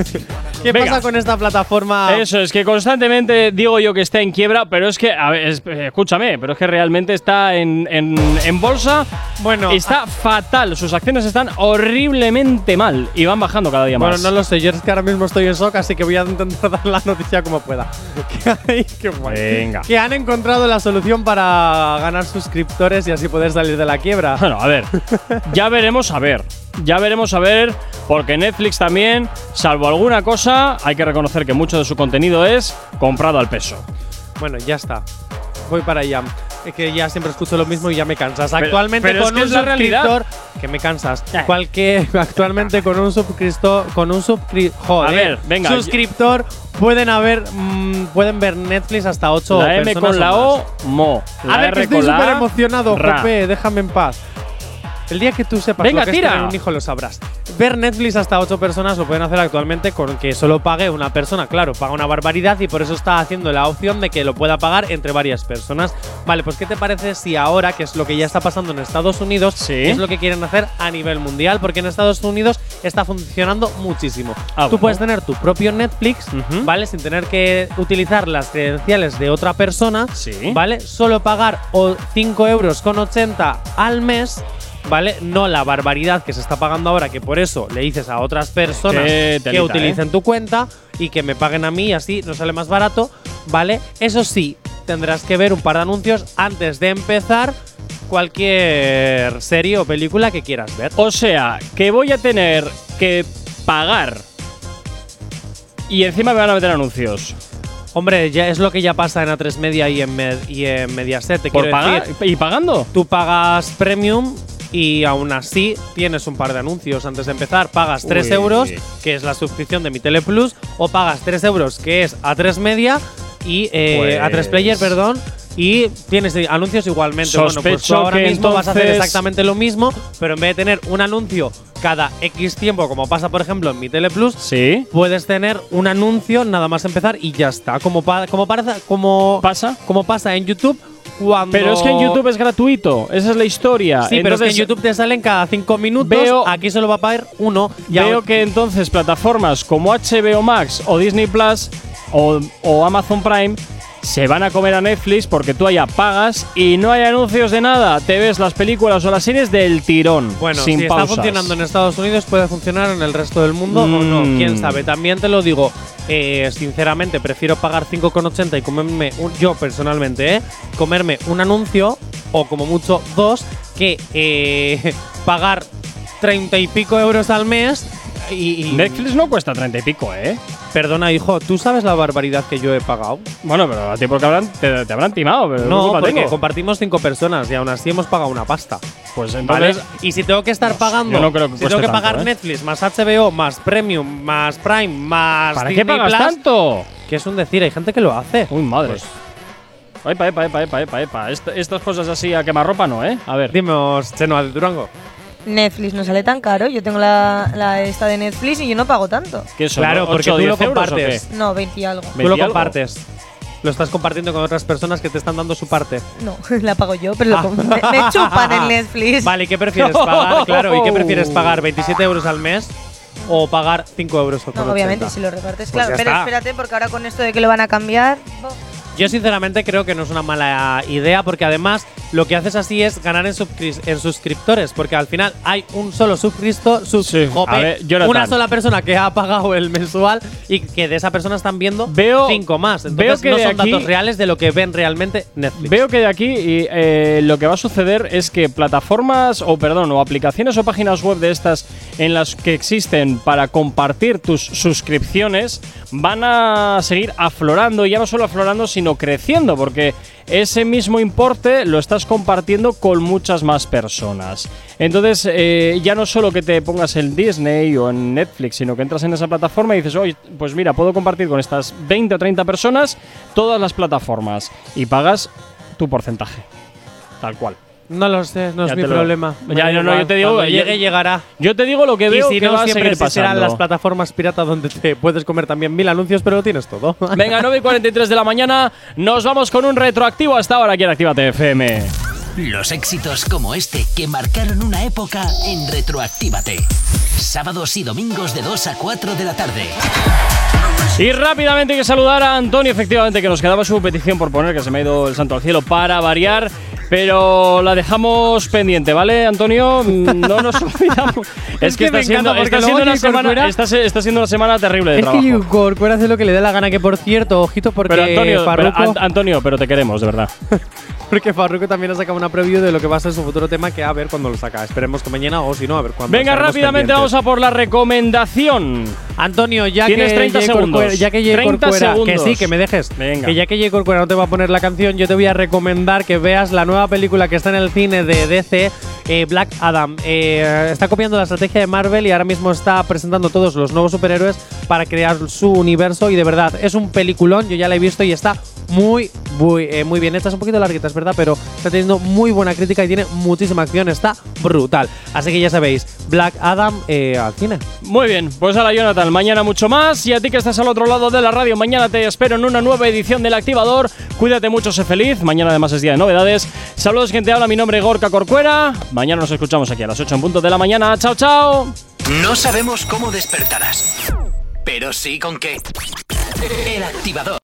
Speaker 3: ¿Qué
Speaker 2: Venga.
Speaker 3: pasa con esta plataforma?
Speaker 2: Eso es que constantemente digo yo que está en quiebra, pero es que, a ver, es- eh, escúchame, pero es que realmente está en, en- en bolsa.
Speaker 3: Bueno, ah.
Speaker 2: está fatal, sus acciones están horriblemente mal y van bajando cada día
Speaker 3: Bueno,
Speaker 2: más.
Speaker 3: no lo sé, yo es que ahora mismo estoy en shock, así que voy a intentar dar la noticia como pueda. Que, hay- qué guay.
Speaker 2: Venga.
Speaker 3: Que han encontrado la solución para ganar suscriptores y así poder salir de la quiebra.
Speaker 2: Bueno, a ver, ya veremos a ver. Ya veremos a ver, porque Netflix también, salvo alguna cosa, hay que reconocer que mucho de su contenido es comprado al peso.
Speaker 3: Bueno, ya está. Voy para allá. Es que ya siempre escucho lo mismo y ya me cansas.
Speaker 2: Pero-
Speaker 3: Actualmente
Speaker 2: pero es
Speaker 3: con
Speaker 2: que
Speaker 3: un
Speaker 2: es la realidad.
Speaker 3: suscriptor que me cansas.
Speaker 2: Eh.
Speaker 3: Cualquier actualmente con un suscriptor con un subscri- joder,
Speaker 2: A ver, venga,
Speaker 3: suscriptor pueden haber mm, pueden ver Netflix hasta 8
Speaker 2: la M con la O, mo. La
Speaker 3: A ver, que
Speaker 2: R
Speaker 3: estoy
Speaker 2: con la
Speaker 3: súper
Speaker 2: A,
Speaker 3: emocionado,
Speaker 2: ra.
Speaker 3: Jope, déjame en paz. El día que tú sepas
Speaker 2: Venga,
Speaker 3: lo que es
Speaker 2: tira.
Speaker 3: tener un hijo lo sabrás. Ver Netflix hasta ocho personas lo pueden hacer actualmente con que solo pague una persona. Claro, paga una barbaridad y por eso está haciendo la opción de que lo pueda pagar entre varias personas. Vale, pues ¿qué te parece si ahora, que es lo que ya está pasando en Estados Unidos,
Speaker 2: Sí.
Speaker 3: que es lo que quieren hacer a nivel mundial? Porque en Estados Unidos está funcionando muchísimo.
Speaker 2: Ah,
Speaker 3: tú
Speaker 2: bueno.
Speaker 3: puedes tener tu propio Netflix,
Speaker 2: Ujú.
Speaker 3: ¿vale? Sin tener que utilizar las credenciales de otra persona.
Speaker 2: Sí.
Speaker 3: ¿vale? Solo pagar o 5 euros con 80 al mes, ¿vale? No la barbaridad que se está pagando ahora, que por eso le dices a otras personas
Speaker 2: Qué telita, ¿eh?
Speaker 3: que utilicen tu cuenta y que me paguen a mí, así no sale más barato, ¿vale? Eso sí, tendrás que ver un par de anuncios antes de empezar cualquier serie o película que quieras ver.
Speaker 2: O sea, que voy a tener que pagar. Y encima me van a meter anuncios.
Speaker 3: Hombre, ya es lo que ya pasa en A3 Media y en, Med- y en Mediaset, te
Speaker 2: ¿Por
Speaker 3: quiero
Speaker 2: pagar?
Speaker 3: decir.
Speaker 2: ¿Y pagando?
Speaker 3: Tú pagas premium y aún así tienes un par de anuncios antes de empezar. Pagas 3
Speaker 2: Uy.
Speaker 3: euros, que es la suscripción de mi Tele Plus, o pagas 3 euros, que es A3 Media y eh,
Speaker 2: Pues-
Speaker 3: A3 Player, perdón. Y tienes eh, anuncios igualmente. bueno, pues tú
Speaker 2: Sospecho
Speaker 3: ahora
Speaker 2: que
Speaker 3: mismo vas a hacer
Speaker 2: entonces-
Speaker 3: exactamente lo mismo, pero en vez de tener un anuncio cada X tiempo, como pasa por ejemplo en mi Tele Plus,
Speaker 2: Sí.
Speaker 3: puedes tener un anuncio nada más empezar y ya está. Como, pa- como, parece- como,
Speaker 2: ¿Pasa?
Speaker 3: como pasa en YouTube cuando.
Speaker 2: Pero es que en YouTube es gratuito. Esa es la historia.
Speaker 3: Sí, pero es que
Speaker 2: Ah,
Speaker 3: en
Speaker 2: Entonces,
Speaker 3: YouTube te salen cada cinco minutos.
Speaker 2: Veo-
Speaker 3: aquí solo va a pagar uno. Y
Speaker 2: Veo
Speaker 3: ahora-
Speaker 2: que entonces plataformas como HBO Max o Disney Plus o, o Amazon Prime se van a comer a Netflix porque tú allá pagas y no hay anuncios de nada. Te ves las películas o las series del tirón.
Speaker 3: Bueno,
Speaker 2: sin
Speaker 3: si
Speaker 2: pausas.
Speaker 3: está funcionando en Estados Unidos, puede funcionar en el resto del mundo o
Speaker 2: Mm.
Speaker 3: no. Quién sabe. También te lo digo. eh, sinceramente, prefiero pagar 5,80 y comerme, un, yo personalmente, eh, comerme un anuncio o como mucho dos que eh, pagar 30 y pico euros al mes. Y, y-
Speaker 2: Netflix no cuesta treinta y pico, ¿eh?
Speaker 3: Perdona, hijo, ¿tú sabes la barbaridad que yo he pagado?
Speaker 2: Bueno, pero a ti porque habrán, te, te habrán timado. Pero
Speaker 3: No,
Speaker 2: culpa
Speaker 3: porque
Speaker 2: tengo.
Speaker 3: compartimos cinco personas y aún así hemos pagado una pasta.
Speaker 2: Pues
Speaker 3: ¿Vale?
Speaker 2: entonces
Speaker 3: Y si tengo que estar pagando,
Speaker 2: yo no creo que
Speaker 3: si tengo
Speaker 2: cueste
Speaker 3: que
Speaker 2: tanto,
Speaker 3: pagar
Speaker 2: ¿eh?
Speaker 3: Netflix, más HBO, más Premium, más Prime, más
Speaker 2: ¿Para qué
Speaker 3: Disney
Speaker 2: pagas
Speaker 3: Plus,
Speaker 2: tanto?
Speaker 3: que es un decir, hay gente que lo hace.
Speaker 2: Uy, madre.
Speaker 3: Pues-
Speaker 2: Epa, epa, epa, epa, epa, epa. Est- estas cosas así a quemarropa no, ¿eh? A ver.
Speaker 3: Dimos, Cheno, al Durango.
Speaker 5: Netflix no sale tan caro. Yo tengo la, la esta de Netflix y yo no pago tanto.
Speaker 2: ¿Qué son?
Speaker 3: Claro,
Speaker 2: ¿Ocho,
Speaker 3: porque tú
Speaker 2: diez
Speaker 3: lo
Speaker 2: euros o
Speaker 3: compartes.
Speaker 2: qué?
Speaker 5: No, 20 y algo.
Speaker 2: ¿Me
Speaker 3: Tú lo
Speaker 2: di algo?
Speaker 3: compartes. Lo estás compartiendo con otras personas que te están dando su parte.
Speaker 5: No, la pago yo, pero lo
Speaker 3: Ah.
Speaker 5: com- me, me chupan el Netflix.
Speaker 3: Vale, ¿y qué prefieres pagar? Claro,
Speaker 5: Oh.
Speaker 3: ¿y qué prefieres pagar? ¿27 euros al mes o pagar 5 euros o
Speaker 5: No, obviamente, si lo
Speaker 3: Pues
Speaker 5: repartes, claro.
Speaker 3: ya
Speaker 5: pero
Speaker 3: está.
Speaker 5: espérate, porque ahora con esto de que lo van a cambiar. bo-
Speaker 3: Yo sinceramente creo que no es una mala idea porque además lo que haces así es ganar en, subscri- en suscriptores, porque al final hay un solo suscriptor, sus-
Speaker 2: Sí,
Speaker 3: jope,
Speaker 2: a ver, Jonathan.
Speaker 3: una sola persona que ha pagado el mensual y que de esa persona están viendo
Speaker 2: Veo-
Speaker 3: cinco más.
Speaker 2: veo
Speaker 3: Entonces
Speaker 2: que
Speaker 3: no
Speaker 2: de
Speaker 3: son
Speaker 2: aquí-
Speaker 3: datos reales de lo que ven realmente Netflix.
Speaker 2: Veo que de aquí y, eh, lo que va a suceder es que plataformas o perdón o aplicaciones o páginas web de estas en las que existen para compartir tus suscripciones van a seguir aflorando y ya no solo aflorando sino creciendo porque ese mismo importe lo estás compartiendo con muchas más personas. Entonces eh, ya no solo que te pongas en Disney o en Netflix sino que entras en esa plataforma y dices oye pues mira puedo compartir con estas 20 o 30 personas todas las plataformas y pagas tu porcentaje. Tal cual.
Speaker 3: No lo sé, no
Speaker 2: Ya
Speaker 3: es mi
Speaker 2: te lo-
Speaker 3: problema.
Speaker 2: Ya,
Speaker 3: Me da
Speaker 2: ya, no,
Speaker 3: igual.
Speaker 2: yo te digo,
Speaker 3: Cuando
Speaker 2: yo-
Speaker 3: llegue, llegará.
Speaker 2: Yo te digo lo que
Speaker 3: Y
Speaker 2: veo
Speaker 3: si
Speaker 2: que
Speaker 3: no,
Speaker 2: va a
Speaker 3: siempre
Speaker 2: seguir
Speaker 3: existirán
Speaker 2: pasando.
Speaker 3: las plataformas pirata donde te puedes comer también mil anuncios, pero lo tienes todo.
Speaker 2: Venga, 9 y 43 de la mañana, nos vamos con un retroactivo hasta ahora aquí en Actívate FM.
Speaker 1: Los éxitos como este que marcaron una época en Retroactívate. Sábados y domingos de 2 a 4 de la tarde.
Speaker 2: Y rápidamente hay que saludar a Antonio, efectivamente, que nos quedaba su petición por poner, que se me ha ido el santo al cielo para variar, pero la dejamos pendiente, ¿vale, Antonio? Mm, No nos olvidamos. es que
Speaker 3: que me
Speaker 2: está siendo,
Speaker 3: encanta porque
Speaker 2: está
Speaker 3: luego
Speaker 2: siendo
Speaker 3: Jay
Speaker 2: una semana,
Speaker 3: Corcuera-
Speaker 2: está, se- está siendo una semana terrible de
Speaker 3: Es
Speaker 2: trabajo.
Speaker 3: que Jay Corcuera hace lo que le dé la gana, que por cierto, ojito, porque
Speaker 2: pero Antonio, pero,
Speaker 3: Farruko-
Speaker 2: An- Antonio, pero te queremos, de verdad.
Speaker 3: Porque Farruko también ha sacado una preview de lo que va a ser su futuro tema, que a ver cuándo lo saca. Esperemos que mañana o si no, a ver cuándo.
Speaker 2: Venga, rápidamente vamos a por la recomendación.
Speaker 3: Antonio, ya
Speaker 2: Tienes
Speaker 3: que
Speaker 2: 30
Speaker 3: Jay
Speaker 2: segundos.
Speaker 3: Corcuera- ya que Jay
Speaker 2: 30
Speaker 3: Corcuera-
Speaker 2: segundos.
Speaker 3: que sí, que me dejes.
Speaker 2: Venga.
Speaker 3: Que ya que Jay Corcuera no te va a poner la canción, yo te voy a recomendar que veas la nueva película que está en el cine de DC, eh, Black Adam. Eh, está copiando la estrategia de Marvel y ahora mismo está presentando todos los nuevos superhéroes para crear su universo y de verdad es un peliculón. Yo ya la he visto y está muy, muy, eh, muy bien. Esta es un poquito larguita, es verdad, pero está teniendo muy buena crítica y tiene muchísima acción. Está brutal. Así que ya sabéis, Black Adam eh, al cine.
Speaker 2: Muy bien, pues a la Jonathan, mañana mucho más. Y a ti que estás al otro lado de la radio, mañana te espero en una nueva edición del Activador. Cuídate mucho, sé feliz. Mañana además es día de novedades. Saludos, gente. Habla mi nombre, Gorka Corcuera. Mañana nos escuchamos aquí a las 8 en punto de la mañana. Chao, chao.
Speaker 1: No sabemos cómo despertarás, pero sí con qué. El activador.